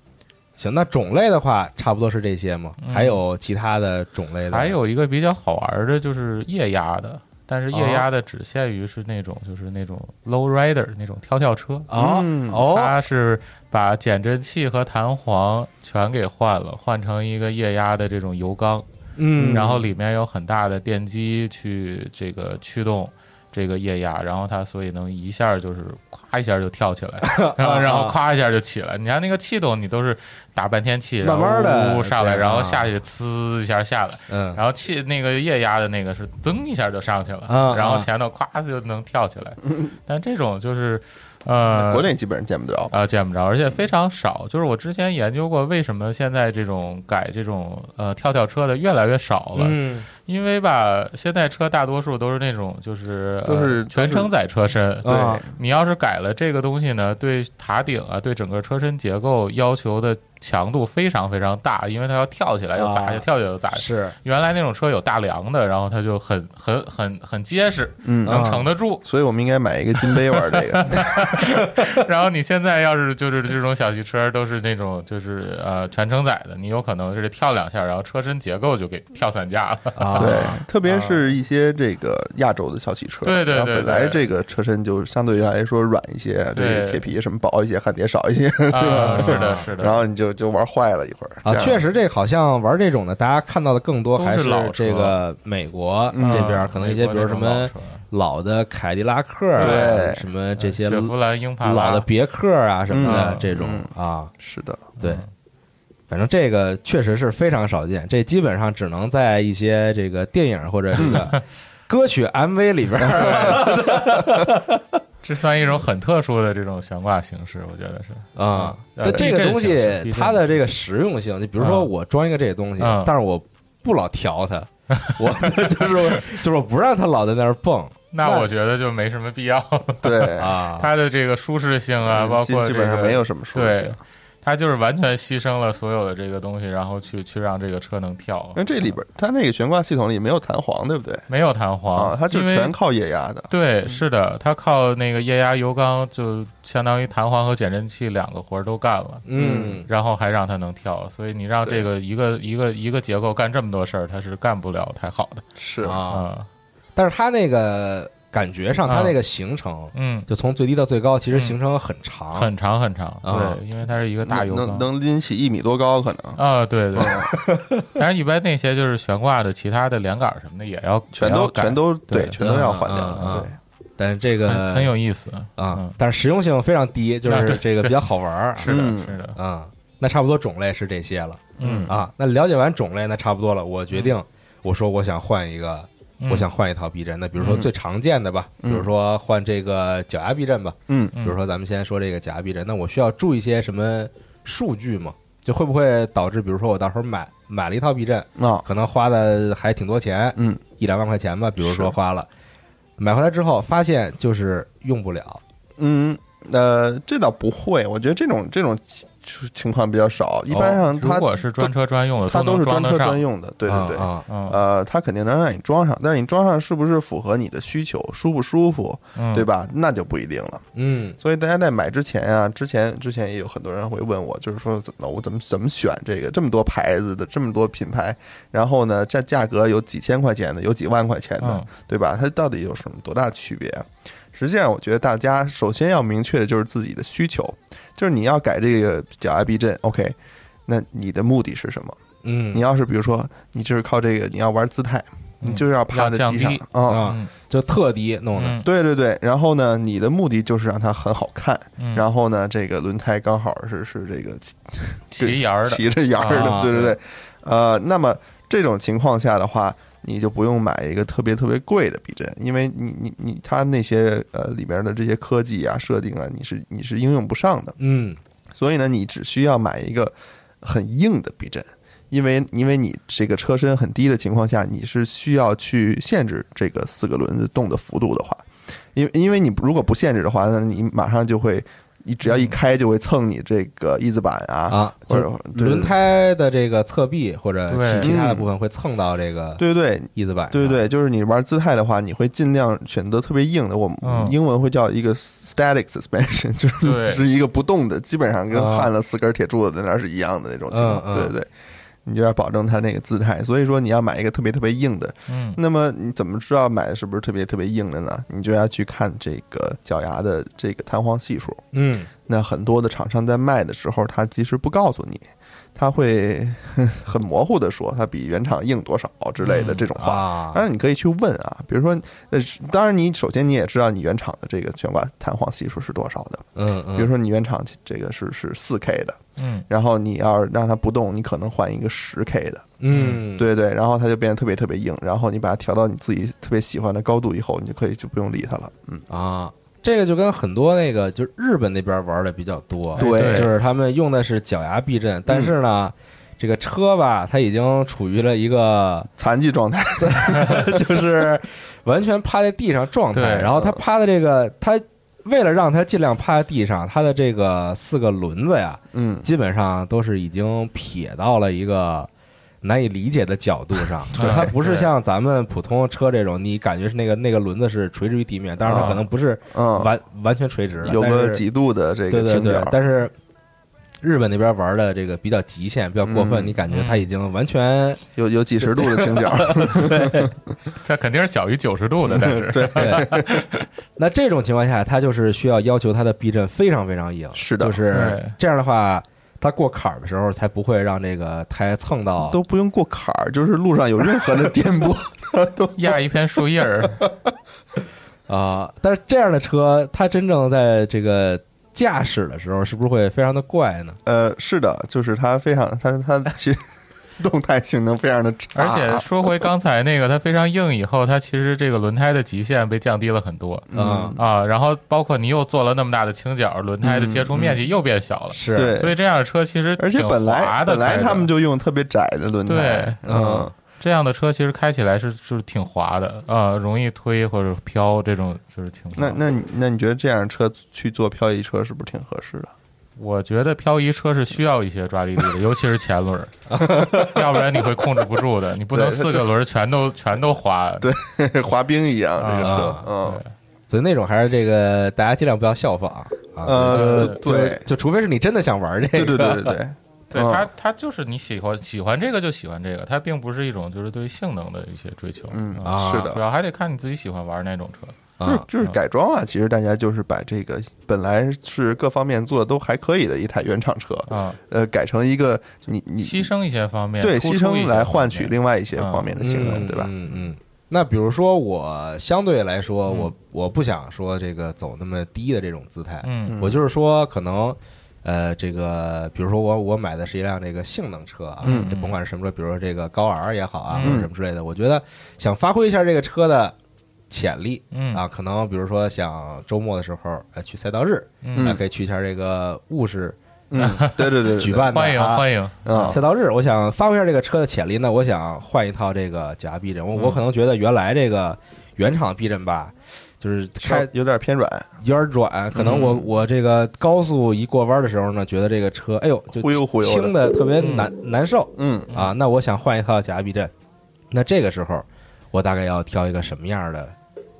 [SPEAKER 2] 行，那种类的话，差不多是这些嘛，
[SPEAKER 4] 嗯
[SPEAKER 2] 还有其他的种类的，
[SPEAKER 4] 还有一个比较好玩的，就是液压的，但是液
[SPEAKER 2] 哦
[SPEAKER 4] 压的只限于是那种、就是那种 low rider 那种跳跳车，
[SPEAKER 2] 啊
[SPEAKER 3] 嗯
[SPEAKER 2] 哦
[SPEAKER 4] 它是把减震器和弹簧全给换了，换成一个液压的这种油缸，
[SPEAKER 2] 嗯
[SPEAKER 4] 然后里面有很大的电机去这个驱动。这个液压，然后它所以能一下就是咵一下就跳起 来，然后然
[SPEAKER 2] 啊
[SPEAKER 4] 后咵一下就起来。你看那个气动，你都是打半天气，然后
[SPEAKER 2] 慢慢地
[SPEAKER 4] 呜呜上来，
[SPEAKER 2] 这样
[SPEAKER 4] 然
[SPEAKER 2] 啊
[SPEAKER 4] 后下去呲一下下来，
[SPEAKER 2] 嗯
[SPEAKER 4] 然后气那个液压的那个是噌一下就上去了，
[SPEAKER 2] 啊
[SPEAKER 4] 然
[SPEAKER 2] 啊
[SPEAKER 4] 后前头咵就能跳起来。但这种就是，
[SPEAKER 3] 嗯
[SPEAKER 4] 呃，
[SPEAKER 3] 国内基本上见不着，
[SPEAKER 4] 啊、见不着，而且非常少。就是我之前研究过，为什么现在这种改这种呃跳跳车的越来越少了？
[SPEAKER 2] 嗯
[SPEAKER 4] 因为吧，现在车大多数都是那种就是
[SPEAKER 3] 都是
[SPEAKER 4] 呃、全
[SPEAKER 3] 都是嗯
[SPEAKER 4] 承载车身，
[SPEAKER 3] 对
[SPEAKER 2] 啊
[SPEAKER 4] 你要是改了这个东西呢，对塔顶啊，对整个车身结构要求的强度非常非常大，因为它要跳起来又砸
[SPEAKER 2] 啊
[SPEAKER 4] 下，跳起来又砸下。
[SPEAKER 2] 是
[SPEAKER 4] 原来那种车有大梁的，然后它就很很很很结实，
[SPEAKER 3] 嗯。
[SPEAKER 2] 啊
[SPEAKER 4] 能撑 得住。
[SPEAKER 3] 所以我们应该买一个金杯玩这个，
[SPEAKER 4] 然后你现在要是就是这种小汽车，都是那种就是呃全承载的，你有可能是跳两下，然后车身结构就给跳散架了。
[SPEAKER 2] 啊
[SPEAKER 3] 对，特别是一些这个亚洲的小汽车，
[SPEAKER 4] 对对对
[SPEAKER 3] 然后本来
[SPEAKER 4] 对
[SPEAKER 3] 这个车身就相对于来说软一些，这个
[SPEAKER 4] 对
[SPEAKER 3] 铁皮什么薄一些，焊铁少一 些，
[SPEAKER 4] 啊，是的，是的。
[SPEAKER 3] 然后你就就玩坏了一会儿
[SPEAKER 2] 啊，
[SPEAKER 3] 这样
[SPEAKER 2] 确实，这个好像玩这种的，大家看到的更多
[SPEAKER 4] 都
[SPEAKER 2] 还
[SPEAKER 4] 是老
[SPEAKER 2] 这
[SPEAKER 4] 车
[SPEAKER 2] 个美国
[SPEAKER 3] 嗯
[SPEAKER 2] 这边
[SPEAKER 4] 啊
[SPEAKER 2] 儿，可能一些
[SPEAKER 4] 美
[SPEAKER 2] 比如
[SPEAKER 4] 国那
[SPEAKER 2] 什
[SPEAKER 4] 种
[SPEAKER 2] 么
[SPEAKER 4] 老车
[SPEAKER 2] 老的凯迪拉克啊，
[SPEAKER 3] 对
[SPEAKER 2] 什么这些
[SPEAKER 4] 哎雪佛兰、英帕
[SPEAKER 2] 老的
[SPEAKER 4] 拉，
[SPEAKER 2] 别克啊什么的
[SPEAKER 4] 嗯
[SPEAKER 2] 这种啊，
[SPEAKER 3] 是的，
[SPEAKER 2] 对，反正这个确实是非常少见，这基本上只能在一些这个电影或者这
[SPEAKER 4] 嗯
[SPEAKER 2] 个歌曲 MV 里边儿
[SPEAKER 4] 这算一种很特殊的这种悬挂形式，我觉得是。
[SPEAKER 2] 啊。
[SPEAKER 4] 呃
[SPEAKER 2] 但这
[SPEAKER 4] 避
[SPEAKER 2] 个
[SPEAKER 4] 震
[SPEAKER 2] 东
[SPEAKER 4] 形式
[SPEAKER 2] 西
[SPEAKER 4] 避震
[SPEAKER 2] 它的这个实用性，就比如
[SPEAKER 4] 啊
[SPEAKER 2] 说我装一个这个东西
[SPEAKER 4] 嗯，
[SPEAKER 2] 但是我不老调 它，我就是我就是我不让它老在那儿 蹦
[SPEAKER 4] 那
[SPEAKER 2] 那
[SPEAKER 4] 我觉得就没什么必要。
[SPEAKER 3] 对，
[SPEAKER 2] 啊。
[SPEAKER 4] 它的这个舒适性啊，
[SPEAKER 3] 嗯
[SPEAKER 4] 包
[SPEAKER 3] 基
[SPEAKER 4] 括
[SPEAKER 3] 基
[SPEAKER 4] 这
[SPEAKER 3] 本上
[SPEAKER 4] 个
[SPEAKER 3] 没有什么舒适
[SPEAKER 4] 对
[SPEAKER 3] 性。，
[SPEAKER 4] 它就是完全牺牲了所有的这个东西，然后去去让这个车能跳
[SPEAKER 3] 因。为这里边它那个悬挂系统里没有弹簧，对不对？
[SPEAKER 4] 没有弹簧
[SPEAKER 3] 啊，，它就
[SPEAKER 4] 因为
[SPEAKER 3] 全靠嗯液压的。
[SPEAKER 4] 对，是的，它靠那个液压油缸，就相当于弹簧和减震器两个活儿都干了。
[SPEAKER 2] 嗯，
[SPEAKER 4] 然后还让它能跳，所以你让这个一个一个一个结构干这么多事儿，它是干不了太好的
[SPEAKER 3] 是
[SPEAKER 2] 啊，
[SPEAKER 4] 啊。
[SPEAKER 2] 但是它那个感觉上，它
[SPEAKER 4] 啊
[SPEAKER 2] 那个行程
[SPEAKER 4] 嗯，
[SPEAKER 2] 就从最低到最高，其实
[SPEAKER 4] 嗯
[SPEAKER 2] 行程很长，
[SPEAKER 4] 很长很长，
[SPEAKER 2] 啊
[SPEAKER 4] 对，因为它是一个大油
[SPEAKER 3] 能能
[SPEAKER 4] 缸
[SPEAKER 3] 能拎起一米多高，可能
[SPEAKER 4] 啊，对对。但是，一般那些就是悬挂的，其他的连杆什么的也要
[SPEAKER 3] 全
[SPEAKER 4] 也要
[SPEAKER 3] 都
[SPEAKER 4] 改
[SPEAKER 3] 全都
[SPEAKER 4] 对
[SPEAKER 3] 对，全都要换掉
[SPEAKER 2] 嗯嗯嗯
[SPEAKER 3] 的。对，
[SPEAKER 2] 但是这个
[SPEAKER 4] 很很有意思。
[SPEAKER 2] 啊
[SPEAKER 4] 嗯，
[SPEAKER 2] 但是实用性非常低，就
[SPEAKER 4] 啊
[SPEAKER 2] 是
[SPEAKER 4] 对
[SPEAKER 2] 这个比较好玩儿
[SPEAKER 4] 是的，
[SPEAKER 3] 嗯
[SPEAKER 4] 是的，
[SPEAKER 2] 啊。那差不多种类是这些了
[SPEAKER 4] 嗯
[SPEAKER 2] 啊。那了解完种类，那差不多了。我决定，我说我想换一个
[SPEAKER 4] 嗯
[SPEAKER 2] 我想换一套避震。那比如说最常见的吧，
[SPEAKER 3] 嗯
[SPEAKER 2] 比如说换这个脚压避震吧，
[SPEAKER 3] 嗯
[SPEAKER 4] 嗯
[SPEAKER 2] 比如说咱们先说这个脚压避震，那我需要注意些什么数据吗？就会不会导致，比如说我到时候买买了一套避震，
[SPEAKER 3] 啊
[SPEAKER 2] 可能花的还挺多钱，
[SPEAKER 3] 嗯
[SPEAKER 2] 一两万块钱吧，比如
[SPEAKER 3] 是
[SPEAKER 2] 说花了，买回来之后发现就是用不了，
[SPEAKER 3] 嗯呃，这倒不会，我觉得这种这种情情况比较少，一般上
[SPEAKER 4] 哦如
[SPEAKER 3] 它
[SPEAKER 4] 果是专车专用的，
[SPEAKER 3] 它
[SPEAKER 4] 都
[SPEAKER 3] 都
[SPEAKER 4] 能
[SPEAKER 3] 是
[SPEAKER 4] 装
[SPEAKER 3] 专
[SPEAKER 4] 得
[SPEAKER 3] 车
[SPEAKER 4] 上
[SPEAKER 3] 专。用的，对对对。
[SPEAKER 2] 啊，
[SPEAKER 4] 嗯
[SPEAKER 3] 呃，它肯定能让你装上，但是你装上是不是符合你的需求，舒不舒服，
[SPEAKER 4] 嗯，
[SPEAKER 3] 对吧？那就不一定了。
[SPEAKER 2] 嗯
[SPEAKER 3] 所以大家在买之前啊，之前之前也有很多人会问我，就是说怎么我怎么怎么选这个这么多牌子的这么多品牌，然后呢，这价格有几千块钱的，有几万块钱的，
[SPEAKER 4] 嗯
[SPEAKER 3] 对吧？它到底有什么多大区别啊？实际上，我觉得大家首先要明确的就是自己的需求，就是你要改这个脚压避震，OK，那你的目的是什么？
[SPEAKER 2] 嗯，
[SPEAKER 3] 你要是比如说你就是靠这个，你要玩姿态，你就是要趴在
[SPEAKER 4] 嗯要降
[SPEAKER 3] 地上
[SPEAKER 4] 低
[SPEAKER 3] 啊。
[SPEAKER 2] 啊
[SPEAKER 4] 嗯，
[SPEAKER 2] 就特低弄的，
[SPEAKER 4] 嗯，
[SPEAKER 3] 对对对，然后呢，你的目的就是让它很好看，
[SPEAKER 4] 嗯
[SPEAKER 3] 然后呢，这个轮胎刚好是是这个
[SPEAKER 4] 齐沿儿的，
[SPEAKER 3] 骑着沿儿的，
[SPEAKER 2] 啊
[SPEAKER 3] 对对对，呃，那么这种情况下的话，你就不用买一个特别特别贵的避震，因为你你你它那些呃里边的这些科技啊设定啊，你是你是应用不上的，
[SPEAKER 2] 嗯
[SPEAKER 3] 所以呢，你只需要买一个很硬的避震。因为因为你这个车身很低的情况下，你是需要去限制这个四个轮子动的幅度的话，因为因为你如果不限制的话，那你马上就会，你只要一开就会蹭你这个翼子板啊，
[SPEAKER 2] 啊，
[SPEAKER 3] 或
[SPEAKER 2] 就
[SPEAKER 3] 者
[SPEAKER 2] 是
[SPEAKER 3] 对对
[SPEAKER 2] 轮胎的这个侧壁或者
[SPEAKER 4] 对
[SPEAKER 2] 其其他的
[SPEAKER 3] 嗯
[SPEAKER 2] 部分会蹭到这个
[SPEAKER 3] 对对，
[SPEAKER 2] 翼子板，
[SPEAKER 3] 对，对，就是你玩姿态的话，你会尽量选择特别硬的。我
[SPEAKER 4] 嗯
[SPEAKER 3] 们英文会叫一个 static suspension，就是
[SPEAKER 4] 对
[SPEAKER 3] 是一个不动的，基本上跟
[SPEAKER 2] 啊
[SPEAKER 3] 焊了四根铁柱子在那儿是一样的那种情况。
[SPEAKER 2] 嗯嗯
[SPEAKER 3] 对对对，你就要保证它那个姿态。所以说你要买一个特别特别硬的。
[SPEAKER 4] 嗯
[SPEAKER 3] 那么你怎么知道买的是不是特别特别硬的呢？你就要去看这个脚牙的这个弹簧系数。
[SPEAKER 2] 嗯
[SPEAKER 3] 那很多的厂商在卖的时候，他其实不告诉你，他会 很模糊的说它比原厂硬多少之类的
[SPEAKER 4] 嗯
[SPEAKER 3] 这种话。
[SPEAKER 2] 啊
[SPEAKER 3] 当，然你可以去问啊，比如说，呃，是当然你首先你也知道你原厂的这个悬挂弹簧系数是多少的，
[SPEAKER 2] 嗯嗯，
[SPEAKER 3] 比如说你原厂这个是是四 K 的，
[SPEAKER 4] 嗯
[SPEAKER 3] 然后你要让它不动，你可能换一个十 K 的，
[SPEAKER 2] 嗯
[SPEAKER 3] 对对，然后它就变得特别特别硬，然后你把它调到你自己特别喜欢的高度以后，你就可以就不用理它了，嗯，
[SPEAKER 2] 啊。这个就跟很多那个就是日本那边玩的比较多，
[SPEAKER 3] 对嗯
[SPEAKER 4] 对
[SPEAKER 2] 哎就是他们用的是脚牙避震，但是呢，这个车吧，它已经处于了一 个
[SPEAKER 3] 残疾 状态，
[SPEAKER 2] 就是完全趴在地上状态。
[SPEAKER 4] 对
[SPEAKER 2] 然后他趴的这个，他为了让他尽量趴在地上，他的这个四个轮子呀，
[SPEAKER 3] 嗯，
[SPEAKER 2] 基本上都是已经撇到了一个。难以理解的角度 上，就它不是像咱们普通车这种，你感觉是那个那个轮子是垂直于地面，但是它
[SPEAKER 3] 啊
[SPEAKER 2] 可能不是
[SPEAKER 3] 嗯，
[SPEAKER 2] 完完全垂直的，
[SPEAKER 3] 有
[SPEAKER 2] 但
[SPEAKER 3] 个
[SPEAKER 2] 是
[SPEAKER 3] 几度的这
[SPEAKER 2] 对
[SPEAKER 3] 个
[SPEAKER 2] 对
[SPEAKER 3] 倾
[SPEAKER 2] 对
[SPEAKER 3] 角，，
[SPEAKER 2] 但是日本那边玩的这个比较极限，比较过分，
[SPEAKER 3] 嗯
[SPEAKER 2] 你感觉它已经完全
[SPEAKER 3] 有有几十度的倾角，
[SPEAKER 4] 它肯定是小于九十度的，但是
[SPEAKER 3] 对，
[SPEAKER 2] 对，
[SPEAKER 3] 嗯
[SPEAKER 2] 那这种情况下，他就是需要要求他的避震非常非常硬，
[SPEAKER 3] 是的
[SPEAKER 2] 就是
[SPEAKER 4] 对
[SPEAKER 2] 这样的话，他过坎儿的时候才不会让这个胎蹭到。
[SPEAKER 3] 都不用过坎儿，就是路上有任何的颠簸，它 都
[SPEAKER 4] 压一片树 叶儿，
[SPEAKER 2] 啊、但是这样的车，它真正在这个驾驶的时候，是不是会非常的怪呢？
[SPEAKER 3] 呃，是的，就是它非常，它 它其实动态性能非常的差，
[SPEAKER 4] 而且说回刚才那个，它非常硬，以后它其实这个轮胎的极限被降低了很多
[SPEAKER 3] 嗯
[SPEAKER 2] 啊、
[SPEAKER 4] 啊。然后包括你又做了那么大的倾角，轮胎的接触面积又变小了，
[SPEAKER 2] 是，
[SPEAKER 3] 对
[SPEAKER 4] 所以这样的车其实
[SPEAKER 3] 嗯而且
[SPEAKER 4] 挺
[SPEAKER 3] 本
[SPEAKER 4] 滑
[SPEAKER 3] 来
[SPEAKER 4] 的
[SPEAKER 3] 本来
[SPEAKER 4] 开着
[SPEAKER 3] 他们就用特别窄的轮胎，
[SPEAKER 4] 对
[SPEAKER 3] 嗯，
[SPEAKER 4] 这样的车其实开起来是就是挺滑的啊，容易推或者飘这种就是情
[SPEAKER 3] 那
[SPEAKER 4] 况。
[SPEAKER 3] 那你那你觉得这样的车去做漂移车是不是挺合适的？
[SPEAKER 4] 我觉得漂移车是需要一些抓地力 的，尤其是前轮儿，要不然你会控制不住的。你不能
[SPEAKER 3] 对
[SPEAKER 4] 四个轮儿全都全都滑。对
[SPEAKER 3] 滑冰一样，
[SPEAKER 4] 啊
[SPEAKER 3] 这个车
[SPEAKER 2] 啊，
[SPEAKER 3] 嗯，
[SPEAKER 2] 所以那种还是这个大家尽量不要效仿啊。
[SPEAKER 3] 呃，
[SPEAKER 4] 对
[SPEAKER 2] 就
[SPEAKER 3] 对，
[SPEAKER 2] 就除非是你真的想玩这
[SPEAKER 3] 对
[SPEAKER 2] 个，
[SPEAKER 3] 对对对 对，
[SPEAKER 4] 对
[SPEAKER 3] 嗯
[SPEAKER 4] 它，它就是你喜欢喜欢这个就喜欢这个，它并不是一种就是对于性能的一些追求。
[SPEAKER 3] 嗯，
[SPEAKER 2] 啊
[SPEAKER 3] 是的。
[SPEAKER 4] 主要还得看你自己喜欢玩哪种车。
[SPEAKER 3] 就是
[SPEAKER 2] 啊，
[SPEAKER 3] 就是改装啊，其实大家就是把这个本来是各方面做的都还可以的一台原厂车，
[SPEAKER 4] 啊，
[SPEAKER 3] 呃，改成一个你你
[SPEAKER 4] 牺牲一些方面，
[SPEAKER 3] 对，
[SPEAKER 4] 突出
[SPEAKER 3] 牺
[SPEAKER 4] 一
[SPEAKER 3] 牲
[SPEAKER 4] 些
[SPEAKER 3] 来
[SPEAKER 4] 方
[SPEAKER 3] 换
[SPEAKER 4] 面
[SPEAKER 3] 取另外一些
[SPEAKER 4] 嗯
[SPEAKER 3] 方面的性能，
[SPEAKER 2] 嗯
[SPEAKER 3] 对吧？
[SPEAKER 2] 嗯嗯。那比如说，我相对来说，
[SPEAKER 4] 嗯
[SPEAKER 2] 我我不想说这个走那么低的这种姿态，
[SPEAKER 4] 嗯
[SPEAKER 2] 我就是说，可能呃，这个比如说我我买的是一辆这个性能车啊，
[SPEAKER 3] 嗯
[SPEAKER 2] 就甭管是什么车，比如说这个高 R 也好啊，
[SPEAKER 4] 嗯
[SPEAKER 2] 或者什么之类的，我觉得想发挥一下这个车的潜力
[SPEAKER 4] 嗯
[SPEAKER 2] 啊，可能比如说想周末的时候呃去赛道日，
[SPEAKER 4] 嗯
[SPEAKER 2] 啊可以去一下这个务实
[SPEAKER 3] 嗯， 对对对，对
[SPEAKER 2] 举办的
[SPEAKER 4] 欢迎
[SPEAKER 2] 啊
[SPEAKER 4] 欢迎，
[SPEAKER 3] 啊
[SPEAKER 2] 赛道日，我想发挥一下这个车的潜力。那我想换一套这个假避震，我我
[SPEAKER 4] 嗯
[SPEAKER 2] 可能觉得原来这个原厂避震吧，就是
[SPEAKER 3] 稍
[SPEAKER 2] 开
[SPEAKER 3] 有点偏软，
[SPEAKER 2] 有点软，可能我
[SPEAKER 3] 嗯
[SPEAKER 2] 我这个高速一过弯的时候呢，觉得这个车哎呦就
[SPEAKER 3] 忽悠忽悠的
[SPEAKER 2] 轻的特别难难受
[SPEAKER 3] 嗯
[SPEAKER 4] 嗯
[SPEAKER 2] 啊。那我想换一套假避震，那这个时候我大概要挑一个什么样的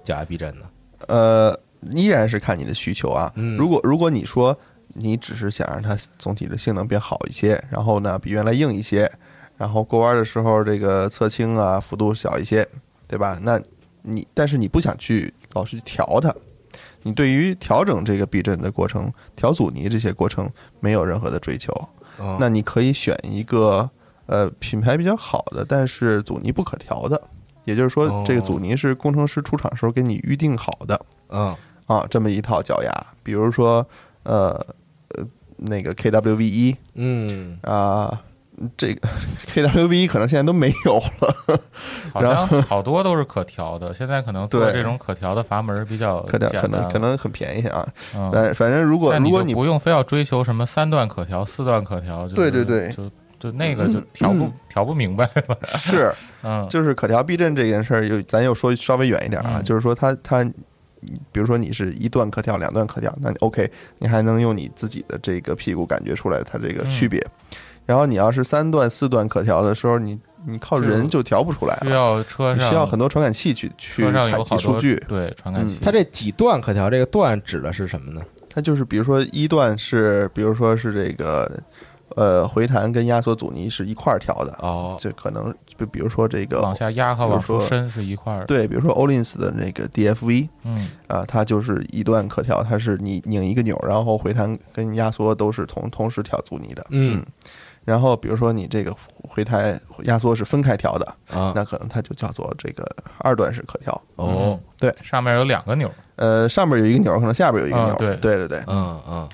[SPEAKER 2] 假避震呢？
[SPEAKER 3] 呃，依然是看你的需求啊。
[SPEAKER 2] 嗯
[SPEAKER 3] 如果如果你说你只是想让它总体的性能变好一些，然后呢比原来硬一些，然后过弯的时候这个侧倾啊幅度小一些，对吧？那你但是你不想去老是去调它，你对于调整这个避震的过程、调阻尼这些过程没有任何的追求，
[SPEAKER 2] 哦
[SPEAKER 3] 那你可以选一个呃品牌比较好的，但是阻尼不可调的。也就是
[SPEAKER 2] 哦
[SPEAKER 3] 说，这个阻尼是工程师出厂时候给你预定好的，
[SPEAKER 2] 嗯
[SPEAKER 3] 啊，这么一套脚丫，比如说呃呃那个 KWV 一
[SPEAKER 2] 嗯
[SPEAKER 3] 啊，这个 KWV 一可能现在都没有了，
[SPEAKER 4] 好像好多都是可调的，现在可能做
[SPEAKER 3] 对
[SPEAKER 4] 这种可调的阀门比较
[SPEAKER 3] 可能
[SPEAKER 4] 简
[SPEAKER 3] 可
[SPEAKER 4] 单
[SPEAKER 3] 能
[SPEAKER 4] 了，
[SPEAKER 3] 可能很便宜啊，
[SPEAKER 4] 嗯
[SPEAKER 3] 但反正如果
[SPEAKER 4] 但
[SPEAKER 3] 如
[SPEAKER 4] 你
[SPEAKER 3] 果
[SPEAKER 4] 就
[SPEAKER 3] 你
[SPEAKER 4] 不用非要追求什么三段可调、四段可调，就是
[SPEAKER 3] 对对对嗯
[SPEAKER 4] 就就那个就调不调不明白 了，
[SPEAKER 3] 是
[SPEAKER 4] 嗯
[SPEAKER 3] 就是可调避震这件事儿，又咱又说稍微远一点啊，
[SPEAKER 4] 嗯
[SPEAKER 3] 就是说它它，比如说你是一段可调、两段可调，那你 OK，你还能用你自己的这个屁股感觉出来它这个区别。
[SPEAKER 4] 嗯
[SPEAKER 3] 然后你要是三段、四段可调的时候，你你靠
[SPEAKER 4] 就
[SPEAKER 3] 人就调不出来
[SPEAKER 4] 需
[SPEAKER 3] 了，
[SPEAKER 4] 要车
[SPEAKER 3] 你
[SPEAKER 4] 上
[SPEAKER 3] 需要很多传感器去去
[SPEAKER 4] 车上
[SPEAKER 3] 采
[SPEAKER 4] 有
[SPEAKER 3] 集
[SPEAKER 4] 好
[SPEAKER 3] 数
[SPEAKER 4] 多
[SPEAKER 3] 据。
[SPEAKER 4] 对传感器，
[SPEAKER 2] 它这几段可调，这个段指的是什么呢？
[SPEAKER 3] 它就是比如说一段是，比如说是这个，呃，回弹跟压缩阻尼是一块儿调的，
[SPEAKER 2] 哦，
[SPEAKER 3] 就可能就比如说这个
[SPEAKER 4] 往下压和往
[SPEAKER 3] 比
[SPEAKER 4] 出
[SPEAKER 3] 如说
[SPEAKER 4] 伸是一块儿的，
[SPEAKER 3] 对，比如说 Olins 的那个 DFV
[SPEAKER 4] 嗯
[SPEAKER 3] 啊、它就是一段可调，它是你拧一个钮，然后回弹跟压缩都是同同时调阻尼的，
[SPEAKER 2] 嗯
[SPEAKER 3] 然后比如说你这个回弹压缩是分开调的，
[SPEAKER 2] 啊
[SPEAKER 3] 嗯那嗯可能它就叫做这个二段式可调。
[SPEAKER 2] 哦，
[SPEAKER 3] 对
[SPEAKER 4] 嗯上面有两个钮儿，
[SPEAKER 3] 呃，上面有一个钮，可能下边有一个
[SPEAKER 4] 啊
[SPEAKER 3] 钮。
[SPEAKER 4] 对
[SPEAKER 3] 对对对，
[SPEAKER 2] 嗯嗯，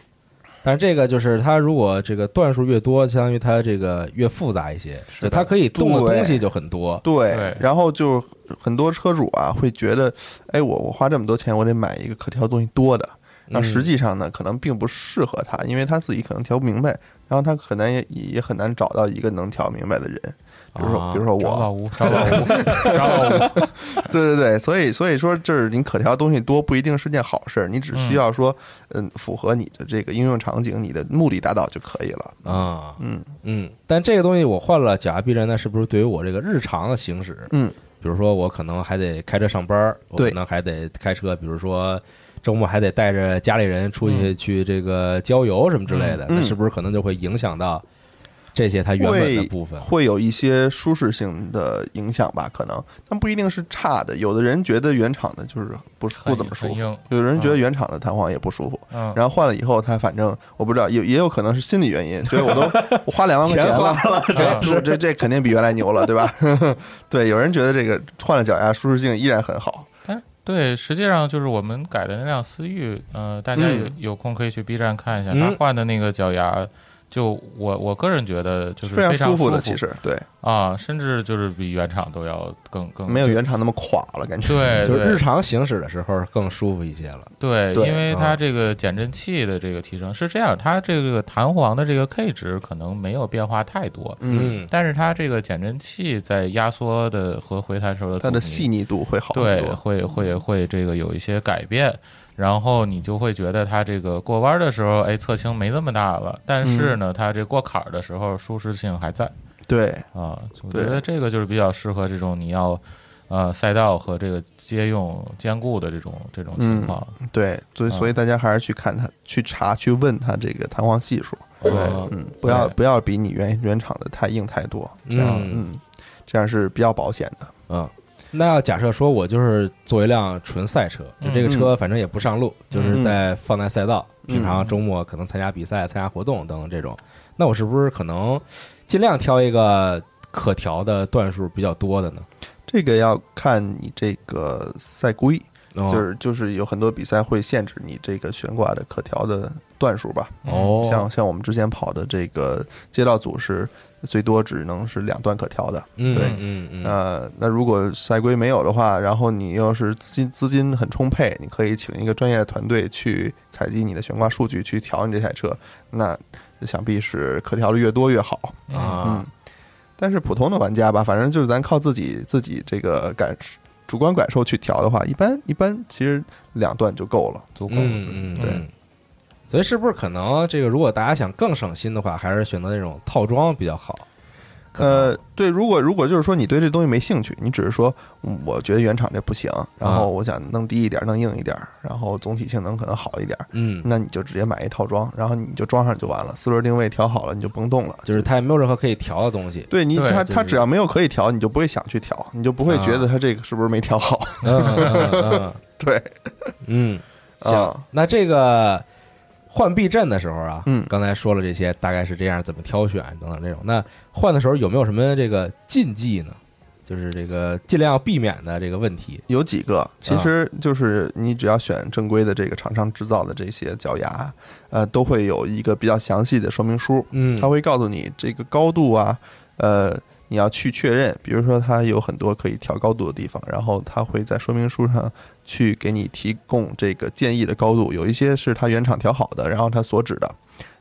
[SPEAKER 2] 但是这个就是它如果这个段数越多，相当于它这个越复杂一些，
[SPEAKER 4] 是
[SPEAKER 2] 就
[SPEAKER 4] 的
[SPEAKER 2] 它可以动的
[SPEAKER 3] 对
[SPEAKER 2] 东西就很多。
[SPEAKER 3] 对，
[SPEAKER 4] 对
[SPEAKER 3] 然后就很多车主啊会觉得，哎，我我花这么多钱，我得买一个可调东西多的。那
[SPEAKER 2] 嗯
[SPEAKER 3] 实际上呢，可能并不适合他，因为他自己可能调不明白，然后他可能也也很难找到一个能调明白的人。比如说，
[SPEAKER 2] 啊
[SPEAKER 3] 比如说
[SPEAKER 4] 找老
[SPEAKER 3] 我，
[SPEAKER 4] 吴，找老吴，找老吴，
[SPEAKER 3] 对对对，所以所以说，就是你可调的东西多不一定是件好事，你只需要说，嗯，符合你的这个应用场景，你的目的达到就可以了。
[SPEAKER 2] 啊，
[SPEAKER 3] 嗯
[SPEAKER 2] 嗯，但这个东西我换了假避震，那是不是对于我这个日常的行驶，
[SPEAKER 3] 嗯，
[SPEAKER 2] 比如说我可能还得开车上班儿，我
[SPEAKER 3] 对
[SPEAKER 2] 可能还得开车，比如说周末还得带着家里人出去去这个郊游什么之类的，
[SPEAKER 3] 嗯
[SPEAKER 2] 那是不是可能就会影响到这些它原本的
[SPEAKER 3] 会
[SPEAKER 2] 部分？
[SPEAKER 3] 会有一些舒适性的影响吧，可能，但不一定是差的。有的人觉得原厂的就是不是 不怎么舒
[SPEAKER 4] 很
[SPEAKER 3] 服，
[SPEAKER 4] 硬，
[SPEAKER 3] 有的人觉得原厂的弹簧也不舒服。
[SPEAKER 4] 嗯，
[SPEAKER 3] 然后换了以后，他反正我不知道，也也有可能是心理原因，所以我都我花两万块钱
[SPEAKER 2] 钱
[SPEAKER 3] 了
[SPEAKER 2] 花，
[SPEAKER 4] 啊
[SPEAKER 3] 这这这肯定比原来牛了，对吧？ 对，有人觉得这个换了脚丫舒适性依然很好，
[SPEAKER 4] 但是对，实际上就是我们改的那辆思域，呃，大家有、
[SPEAKER 3] 嗯
[SPEAKER 4] 有空可以去 B 站看一下，
[SPEAKER 2] 嗯
[SPEAKER 4] 它换的那个脚牙，就我我个人觉得就是
[SPEAKER 3] 非常
[SPEAKER 4] 舒
[SPEAKER 3] 舒服
[SPEAKER 4] 服
[SPEAKER 3] 的，其实对，
[SPEAKER 4] 啊，甚至就是比原厂都要更更
[SPEAKER 3] 没有原厂那么垮了，感觉。
[SPEAKER 4] 对
[SPEAKER 2] 就是日
[SPEAKER 4] 对
[SPEAKER 2] 常行驶的时候更舒服一些了。
[SPEAKER 4] 对
[SPEAKER 3] 对
[SPEAKER 4] 因为它
[SPEAKER 2] 啊
[SPEAKER 4] 这个减震器的这个提升是这样，它这个弹簧的这个 K 值可能没有变化太多。
[SPEAKER 3] 嗯，
[SPEAKER 4] 但是它这个减震器在压缩的和回弹时候的
[SPEAKER 3] 它的
[SPEAKER 4] 阻尼
[SPEAKER 3] 细腻度会好很
[SPEAKER 4] 对，
[SPEAKER 3] 多。嗯
[SPEAKER 4] 会会会这个有一些改变，然后你就会觉得它这个过弯的时候，哎，侧倾没那么大了，但是
[SPEAKER 3] 嗯
[SPEAKER 4] 呢，它这过坎儿的时候舒适性还在
[SPEAKER 3] 对，
[SPEAKER 4] 啊。我觉
[SPEAKER 3] 对
[SPEAKER 4] 得这个就是比较适合这种你要呃赛道和这个街用兼顾的这种这种情况。
[SPEAKER 3] 对，所以所以大家还是去看它，去查，去问它这个弹簧系数。
[SPEAKER 4] 对
[SPEAKER 2] 哦
[SPEAKER 3] 嗯，不要
[SPEAKER 4] 对
[SPEAKER 3] 不要比你原原厂的太硬太多。这样，
[SPEAKER 2] 嗯
[SPEAKER 3] 嗯，这样是比较保险的。
[SPEAKER 2] 嗯，那要假设说我就是做一辆纯赛车，就这个车反正也不上路，就是在放在赛道，
[SPEAKER 3] 嗯
[SPEAKER 2] 平常周末可能参加比赛、参加活动等等这种，那我是不是可能尽量挑一个可调的段数比较多的呢？
[SPEAKER 3] 这个要看你这个赛规，
[SPEAKER 2] 哦
[SPEAKER 3] 就是就是有很多比赛会限制你这个悬挂的可调的段数吧。
[SPEAKER 2] 哦，
[SPEAKER 3] 像像我们之前跑的这个街道组是最多只能是两段可调的。
[SPEAKER 2] 嗯
[SPEAKER 3] 对
[SPEAKER 2] 嗯嗯
[SPEAKER 3] 呃，那如果赛规没有的话，然后你要是资金资金很充沛，你可以请一个专业的团队去采集你的悬挂数据，去调你这台车。那想必是可调的越多越好。
[SPEAKER 2] 嗯啊
[SPEAKER 3] 嗯，但是普通的玩家吧，反正就是咱靠自己自己这个感主观感受去调的话，一般一般其实两段就够了。
[SPEAKER 4] 足够。
[SPEAKER 2] 嗯嗯
[SPEAKER 4] 对
[SPEAKER 2] 嗯所以是不是可能这个，如果大家想更省心的话，还是选择那种套装比较好？可能
[SPEAKER 3] 呃，对，如果如果就是说你对这东西没兴趣，你只是说嗯我觉得原厂这不行，然
[SPEAKER 2] 啊
[SPEAKER 3] 后我想弄低一点，弄硬一点，然后总体性能可能好一点，
[SPEAKER 2] 嗯，
[SPEAKER 3] 那你就直接买一套装，然后你就装上就完了，四轮定位调好了你就甭动了，
[SPEAKER 2] 就是它也没有任何可以调的东西。
[SPEAKER 3] 对你
[SPEAKER 4] 对
[SPEAKER 3] 它
[SPEAKER 2] 就是啊
[SPEAKER 3] 它只要没有可以调，你就不会想去调，你就不会觉得它这个是不是没调好。
[SPEAKER 2] 嗯嗯嗯
[SPEAKER 3] 对，
[SPEAKER 2] 嗯，行
[SPEAKER 3] 啊。
[SPEAKER 2] 那这个换避震的时候啊，
[SPEAKER 3] 嗯
[SPEAKER 2] 刚才说了这些，大概是这样，怎么挑选等等这种。那换的时候有没有什么这个禁忌呢？就是这个尽量避免的这个问题。
[SPEAKER 3] 有几个，
[SPEAKER 2] 啊
[SPEAKER 3] 其实就是你只要选正规的这个厂商制造的这些脚牙，呃，都会有一个比较详细的说明书，
[SPEAKER 2] 嗯
[SPEAKER 3] 它会告诉你这个高度啊，呃，你要去确认，比如说它有很多可以调高度的地方，然后它会在说明书上去给你提供这个建议的高度，有一些是它原厂调好的，然后它所指的，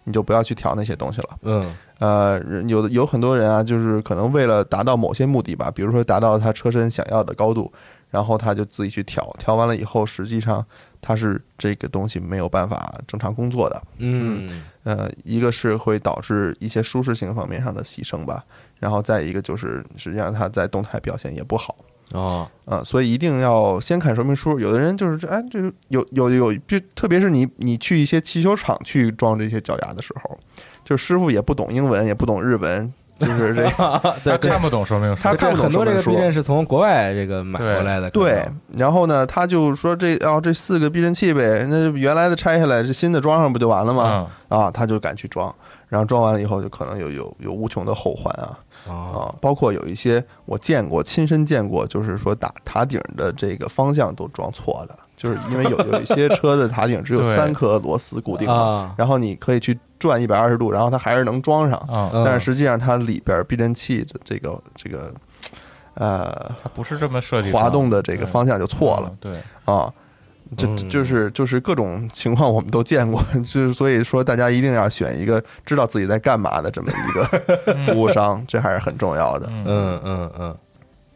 [SPEAKER 3] 你就不要去调那些东西了。
[SPEAKER 2] 嗯
[SPEAKER 3] 呃，人有的有很多人啊，就是可能为了达到某些目的吧，比如说达到他车身想要的高度，然后他就自己去调，调完了以后，实际上他是这个东西没有办法正常工作的。
[SPEAKER 2] 嗯
[SPEAKER 3] 呃，一个是会导致一些舒适性方面上的牺牲吧，然后再一个就是实际上他在动态表现也不好。
[SPEAKER 2] 哦
[SPEAKER 3] 啊、所以一定要先看说明书。有的人就是这，哎，就是有有有，就特别是你你去一些汽修厂去装这些脚牙的时候，就是师傅也不懂英文，也不懂日文，就是 这
[SPEAKER 4] 他看不懂说明书
[SPEAKER 3] 他，看不懂
[SPEAKER 2] 很多
[SPEAKER 3] 说
[SPEAKER 2] 这
[SPEAKER 3] 明
[SPEAKER 2] 个
[SPEAKER 3] 书
[SPEAKER 2] 避震是从国外这个买回来的。
[SPEAKER 3] 对。然后呢，他就说这哦，这四个避震器呗，那原来的拆下来，这新的装上不就完了吗？啊，他就敢去装，然后装完了以后，就可能有有有无穷的后患啊。
[SPEAKER 2] 可能哦
[SPEAKER 3] 啊，包括有一些我见过，亲身见过，就是说打塔顶的这个方向都装错的，就是因为有有一些车的塔顶只有
[SPEAKER 4] 对
[SPEAKER 3] 三颗螺丝固定的，
[SPEAKER 2] 啊，
[SPEAKER 3] 然后你可以去转一百二十度，然后它还是能装上，
[SPEAKER 4] 嗯，
[SPEAKER 2] 嗯
[SPEAKER 3] 但是实际上它里边避震器的这个这个呃
[SPEAKER 4] 他不是这么设计的，
[SPEAKER 3] 滑动的这个方向就错了
[SPEAKER 4] 嗯，对，
[SPEAKER 3] 啊。这
[SPEAKER 2] 嗯
[SPEAKER 3] 这就是就是各种情况我们都见过， 就是所以说大家一定要选一个知道自己在干嘛的这么一个服务商，这还是很重要的。
[SPEAKER 2] 嗯嗯嗯，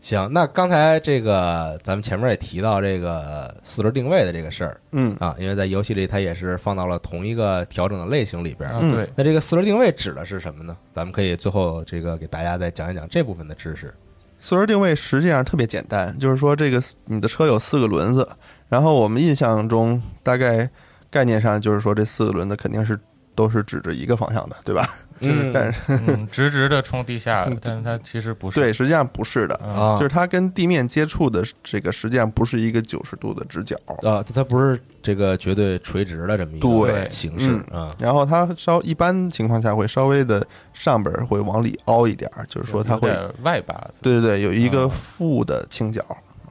[SPEAKER 2] 行。那刚才这个咱们前面也提到这个四轮定位的这个事儿
[SPEAKER 3] 嗯，
[SPEAKER 2] 啊，因为在游戏里它也是放到了同一个调整的类型里边儿。
[SPEAKER 4] 啊
[SPEAKER 3] 嗯
[SPEAKER 4] 对，
[SPEAKER 2] 那这个四轮定位指的是什么呢？咱们可以最后这个给大家再讲一讲这部分的知识。
[SPEAKER 3] 四轮定位实际上特别简单，就是说这个你的车有四个轮子，然后我们印象中大概概念上就是说这四个轮子肯定是都是指着一个方向的，对吧？
[SPEAKER 2] 嗯
[SPEAKER 3] 但是
[SPEAKER 4] 嗯，直直的冲地下，但是它其实不是，
[SPEAKER 3] 对，实际上不是的，
[SPEAKER 4] 嗯，
[SPEAKER 2] 啊，
[SPEAKER 3] 就是它跟地面接触的这个实际上不是一个九十度的直角，
[SPEAKER 2] 啊，它不是这个绝对垂直的这么一个
[SPEAKER 3] 对嗯
[SPEAKER 2] 形式啊。
[SPEAKER 3] 然后它稍一般情况下会稍微的上边会往里凹一点儿，就是说它会
[SPEAKER 4] 有点外八字，
[SPEAKER 3] 对对对有一个
[SPEAKER 4] 嗯
[SPEAKER 3] 负的倾角，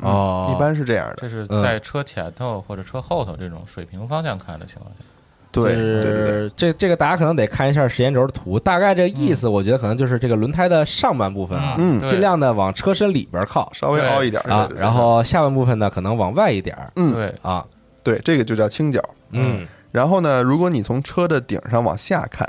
[SPEAKER 3] 嗯
[SPEAKER 2] 哦
[SPEAKER 3] 一般是这样的，
[SPEAKER 4] 这是在车前头或者车后头这种水平方向看的情况下，
[SPEAKER 3] 对
[SPEAKER 2] 就是
[SPEAKER 3] 对对对。
[SPEAKER 2] 这这个大家可能得看一下时间轴的图，大概这个意思，我觉得可能就是这个轮胎的上半部分啊，
[SPEAKER 3] 嗯
[SPEAKER 4] 对
[SPEAKER 2] 尽量的往车身里边靠
[SPEAKER 3] 稍微凹一点儿
[SPEAKER 4] 对
[SPEAKER 2] 啊
[SPEAKER 3] 对，对对
[SPEAKER 2] 然后下半部分呢可能往外一点儿
[SPEAKER 3] 嗯，
[SPEAKER 4] 对，
[SPEAKER 2] 啊，
[SPEAKER 3] 对，这个就叫倾角。
[SPEAKER 2] 嗯
[SPEAKER 3] 然后呢，如果你从车的顶上往下看，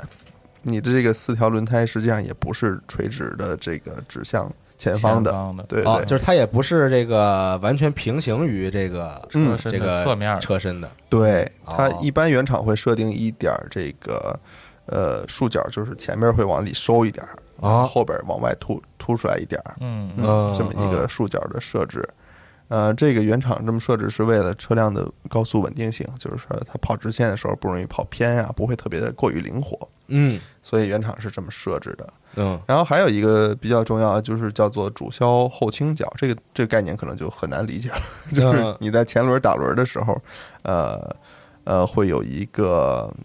[SPEAKER 3] 你的这个四条轮胎实际上也不是垂直的，这个指向前方的。
[SPEAKER 4] 前方的
[SPEAKER 3] 对
[SPEAKER 2] 啊，
[SPEAKER 3] 对，
[SPEAKER 2] 就是它也不是这个完全平行于这个
[SPEAKER 3] 嗯
[SPEAKER 4] 车身
[SPEAKER 2] 这
[SPEAKER 4] 的
[SPEAKER 2] 个
[SPEAKER 4] 侧面儿，
[SPEAKER 2] 车身的
[SPEAKER 3] 对它
[SPEAKER 2] 哦
[SPEAKER 3] 一般原厂会设定一点儿这个呃竖角，就是前面会往里收一点儿，
[SPEAKER 2] 啊，
[SPEAKER 3] 后边往外凸凸出来一点儿，
[SPEAKER 4] 嗯，
[SPEAKER 2] 嗯
[SPEAKER 3] 这么一个竖角的设置。呃，这个原厂这么设置是为了车辆的高速稳定性，就是说它跑直线的时候不容易跑偏啊，不会特别的过于灵活，
[SPEAKER 2] 嗯
[SPEAKER 3] 所以原厂是这么设置的。
[SPEAKER 2] 嗯
[SPEAKER 3] 然后还有一个比较重要的就是叫做主销后倾角，这个这个概念可能就很难理解了。
[SPEAKER 4] 嗯
[SPEAKER 3] 就是 你在前轮打轮的时候，呃呃，会有一个嗯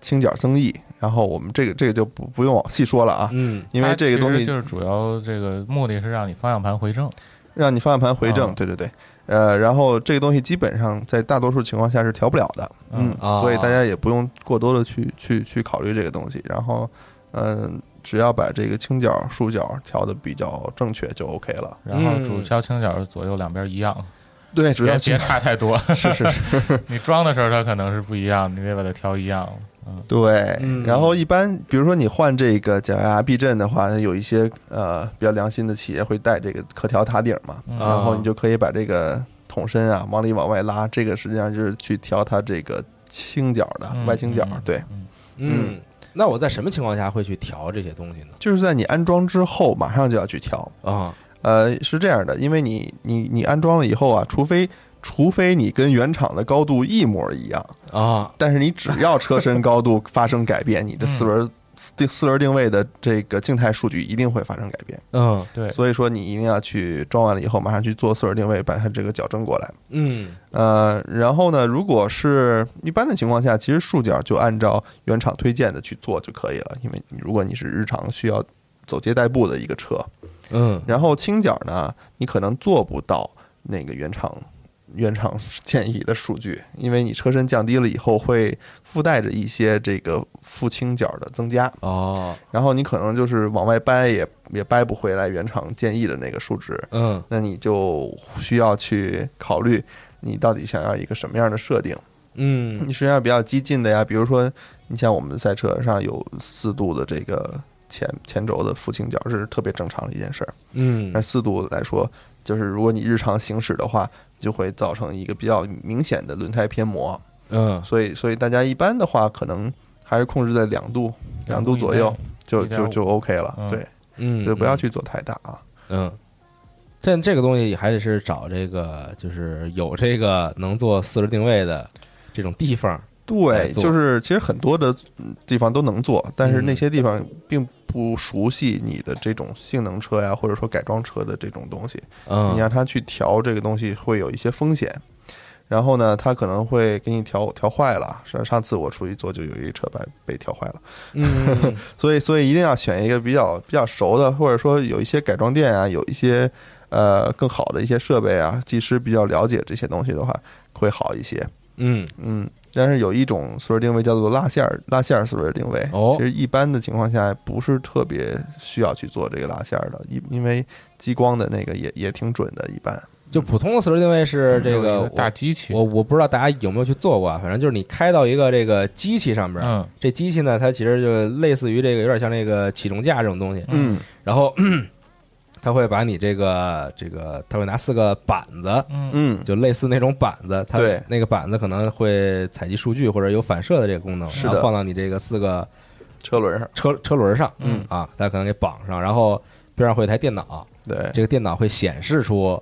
[SPEAKER 3] 倾角增益。然后我们这个这个就不不用细说了啊，
[SPEAKER 2] 嗯
[SPEAKER 3] 因为这个东
[SPEAKER 4] 它其实
[SPEAKER 3] 西
[SPEAKER 4] 就是主要这个目的是让你方向盘回正，
[SPEAKER 3] 让你方向盘回正，
[SPEAKER 4] 啊
[SPEAKER 3] 对对对，呃，然后这个东西基本上在大多数情况下是调不了的，嗯，
[SPEAKER 2] 啊
[SPEAKER 3] 所以大家也不用过多的去去去考虑这个东西，然后嗯、只要把这个倾角、竖角调的比较正确就 OK 了。
[SPEAKER 4] 然后
[SPEAKER 2] 嗯
[SPEAKER 4] 主销倾角左右两边一样，
[SPEAKER 3] 对，主
[SPEAKER 4] 别
[SPEAKER 3] 要
[SPEAKER 4] 别差 太多。
[SPEAKER 3] 是是是，
[SPEAKER 4] 你装的时候它可能是不一样，你得把它调一样。
[SPEAKER 3] 对
[SPEAKER 2] 嗯。
[SPEAKER 3] 然后一般比如说你换这个脚丫避震的话，它有一些呃比较良心的企业会带这个可调塔顶嘛，
[SPEAKER 4] 嗯
[SPEAKER 3] 然后你就可以把这个桶身啊往里往外拉，这个实际上就是去调它这个倾角的
[SPEAKER 4] 嗯
[SPEAKER 3] 外倾角
[SPEAKER 4] 嗯嗯。
[SPEAKER 3] 对，
[SPEAKER 2] 嗯，那我在什么情况下会去调这些东西呢？
[SPEAKER 3] 就是在你安装之后马上就要去调。
[SPEAKER 2] 啊，
[SPEAKER 3] 呃，是这样的，因为你你你安装了以后啊，除非除非你跟原厂的高度一模一样，
[SPEAKER 2] 啊，
[SPEAKER 3] 但是你只要车身高 度发生改变，你这四
[SPEAKER 4] 嗯
[SPEAKER 3] 轮四四轮定位的这个静态数据一定会发生改变。
[SPEAKER 2] 嗯
[SPEAKER 4] 对，
[SPEAKER 3] 所以说你一定要去装完了以后，马上去做四轮定位，把它这个矫正过来。
[SPEAKER 2] 嗯
[SPEAKER 3] 呃，然后呢，如果是一般的情况下，其实束角就按照原厂推荐的去做就可以了，因为你如果你是日常需要走街代步的一个车，
[SPEAKER 2] 嗯
[SPEAKER 3] 然后倾角呢，你可能做不到那个原厂原厂建议的数据，因为你车身降低了以后，会附带着一些这个负倾角的增加，
[SPEAKER 2] 哦
[SPEAKER 3] 然后你可能就是往外掰也也掰不回来原厂建议的那个数值，
[SPEAKER 2] 嗯
[SPEAKER 3] 那你就需要去考虑你到底想要一个什么样的设定。
[SPEAKER 2] 嗯
[SPEAKER 3] 你实际上比较激进的呀，比如说你像我们赛车上有四度的这个前前轴的负倾角是特别正常的一件事儿。
[SPEAKER 2] 嗯
[SPEAKER 3] 那四度来说，就是如果你日常行驶的话，就会造成一个比较明显的轮胎偏磨。
[SPEAKER 2] 嗯
[SPEAKER 3] 所以，所以大家一般的话，可能还是控制在两度、两度左右
[SPEAKER 4] 以内
[SPEAKER 3] 就
[SPEAKER 4] 1.5
[SPEAKER 3] 就就 OK 了。
[SPEAKER 4] 嗯
[SPEAKER 3] 对，
[SPEAKER 2] 嗯，
[SPEAKER 3] 就不要去做太大啊。
[SPEAKER 2] 嗯。但这个东西还得是找这个，就是有这个能做四轮定位的这种地方。
[SPEAKER 3] 对，
[SPEAKER 2] 做
[SPEAKER 3] 就是其实很多的嗯地方都能做，但是
[SPEAKER 2] 嗯
[SPEAKER 3] 那些地方并不熟悉你的这种性能车呀，或者说改装车的这种东西。
[SPEAKER 2] 嗯，
[SPEAKER 3] 你让他去调这个东西会有一些风险。然后呢，他可能会给你调调坏了。上上次我出去做，就有一车被被调坏了。
[SPEAKER 2] 嗯
[SPEAKER 3] 所以，所以一定要选一个比较比较熟的，或者说有一些改装店啊，有一些呃更好的一些设备啊，技师比较了解这些东西的话，会好一些。
[SPEAKER 2] 嗯
[SPEAKER 3] 嗯，但是有一种四轮定位叫做拉线儿，拉线儿四轮定位。
[SPEAKER 2] 哦
[SPEAKER 3] 其实一般的情况下不是特别需要去做这个拉线儿的，因因为激光的那个也也挺准的，一般。
[SPEAKER 2] 就普通的四轮定位是这
[SPEAKER 4] 有一
[SPEAKER 2] 个
[SPEAKER 4] 大机器，
[SPEAKER 2] 我我不知道大家有没有去做过，啊，反正就是你开到一个这个机器上面，
[SPEAKER 4] 嗯，
[SPEAKER 2] 这机器呢，它其实就类似于这个有点像那个起重架这种东西，
[SPEAKER 3] 嗯
[SPEAKER 2] 然后 它会把你这个这个，它会拿四个板子，
[SPEAKER 3] 嗯，
[SPEAKER 2] 就类似那种板子，它
[SPEAKER 3] 对
[SPEAKER 2] 那个板子可能会采集数据或者有反射的这个功能，
[SPEAKER 3] 是的
[SPEAKER 2] 然后放到你这个四个
[SPEAKER 3] 车轮上，
[SPEAKER 2] 车车轮上，
[SPEAKER 3] 嗯
[SPEAKER 2] 啊，大家可能给绑上，然后边上会有一台电脑，
[SPEAKER 3] 对，
[SPEAKER 2] 这个电脑会显示出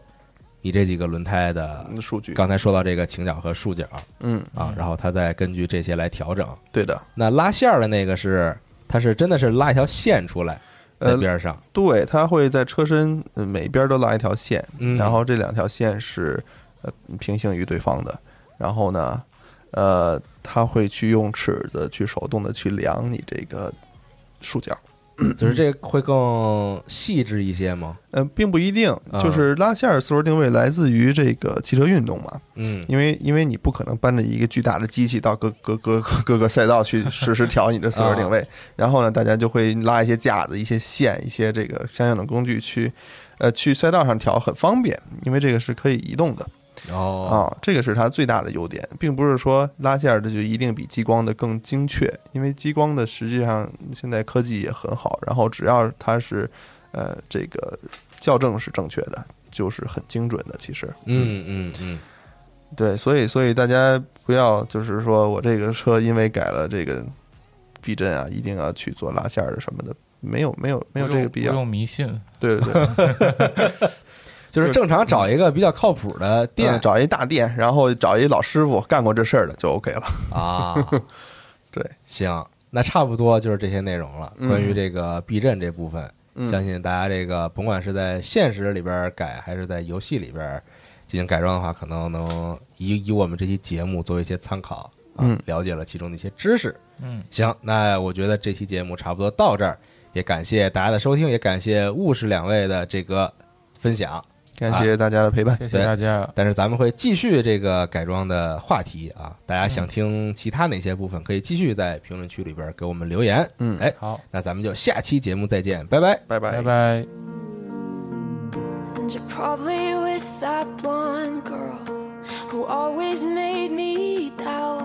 [SPEAKER 2] 你这几个轮胎的。
[SPEAKER 3] 嗯数据，
[SPEAKER 2] 刚才说到这个倾角和竖角
[SPEAKER 3] 嗯，
[SPEAKER 2] 啊
[SPEAKER 4] 嗯，
[SPEAKER 2] 然后它再根据这些来调整。
[SPEAKER 3] 对的，
[SPEAKER 2] 那拉线儿的那个是，它是真的是拉一条线出来在
[SPEAKER 3] 呃，
[SPEAKER 2] 边上，
[SPEAKER 3] 对，它会在车身呃每边都拉一条线，
[SPEAKER 2] 嗯
[SPEAKER 3] 然后这两条线是呃平行于对方的，然后呢，呃，它会去用尺子去手动的去量你这个竖角，
[SPEAKER 2] 就是这个会更细致一些吗？
[SPEAKER 3] 呃，并不一定，
[SPEAKER 2] 啊
[SPEAKER 3] 就是拉线儿四轮定位来自于这个汽车运动嘛，
[SPEAKER 2] 嗯
[SPEAKER 3] 因为因为你不可能搬着一个巨大的机器到各各各各各个赛道去实时调你的
[SPEAKER 2] 啊
[SPEAKER 3] 四轮定位，然后呢，大家就会拉一些架子、一些线、一些这个相应的工具去，呃，去赛道上调很方便，因为这个是可以移动的
[SPEAKER 2] 哦
[SPEAKER 3] 啊，这个是它最大的优点，并不是说拉线儿的就一定比激光的更精确，因为激光的实际上现在科技也很好，然后只要它是呃这个校正是正确的，就是很精准的，其实
[SPEAKER 2] 嗯嗯嗯
[SPEAKER 3] 对，所以所以大家不要就是说我这个车因为改了这个避震啊，一定要去做拉线儿的什么的，没有没有没有
[SPEAKER 4] 不
[SPEAKER 3] 这个
[SPEAKER 4] 用
[SPEAKER 3] 必
[SPEAKER 4] 不
[SPEAKER 3] 要。
[SPEAKER 4] 用迷信，
[SPEAKER 3] 对 对对，
[SPEAKER 2] 就是正常找一个比较靠谱的店
[SPEAKER 3] 嗯找一大店，然后找一老师傅干过这事儿的就 OK 了。。
[SPEAKER 2] 啊
[SPEAKER 3] 对，
[SPEAKER 2] 行，那差不多就是这些内容了。
[SPEAKER 3] 嗯
[SPEAKER 2] 关于这个避震这部分，相
[SPEAKER 3] 嗯，
[SPEAKER 2] 信大家这个甭管是在现实里边儿改，还是在游戏里边儿进行改装的话，可能能以以我们这期节目做一些参考啊
[SPEAKER 3] 嗯，
[SPEAKER 2] 了解了其中的一些知识。
[SPEAKER 4] 嗯，
[SPEAKER 2] 行，那我觉得这期节目差不多到这儿，也感谢大家的收听，也感谢务实两位的这个分享。
[SPEAKER 3] 感谢大家的陪伴，
[SPEAKER 4] 谢谢大家。
[SPEAKER 2] 但是咱们会继续这个改装的话题啊，大家想听其他哪些部分，可以继续在评论区里边给我们留言。
[SPEAKER 3] 嗯
[SPEAKER 2] 哎，
[SPEAKER 4] 好，
[SPEAKER 2] 那咱们就下期节目再见，拜拜。
[SPEAKER 3] 拜拜
[SPEAKER 4] 拜拜。
[SPEAKER 5] And you're probably with that blonde girl who always made me doubt.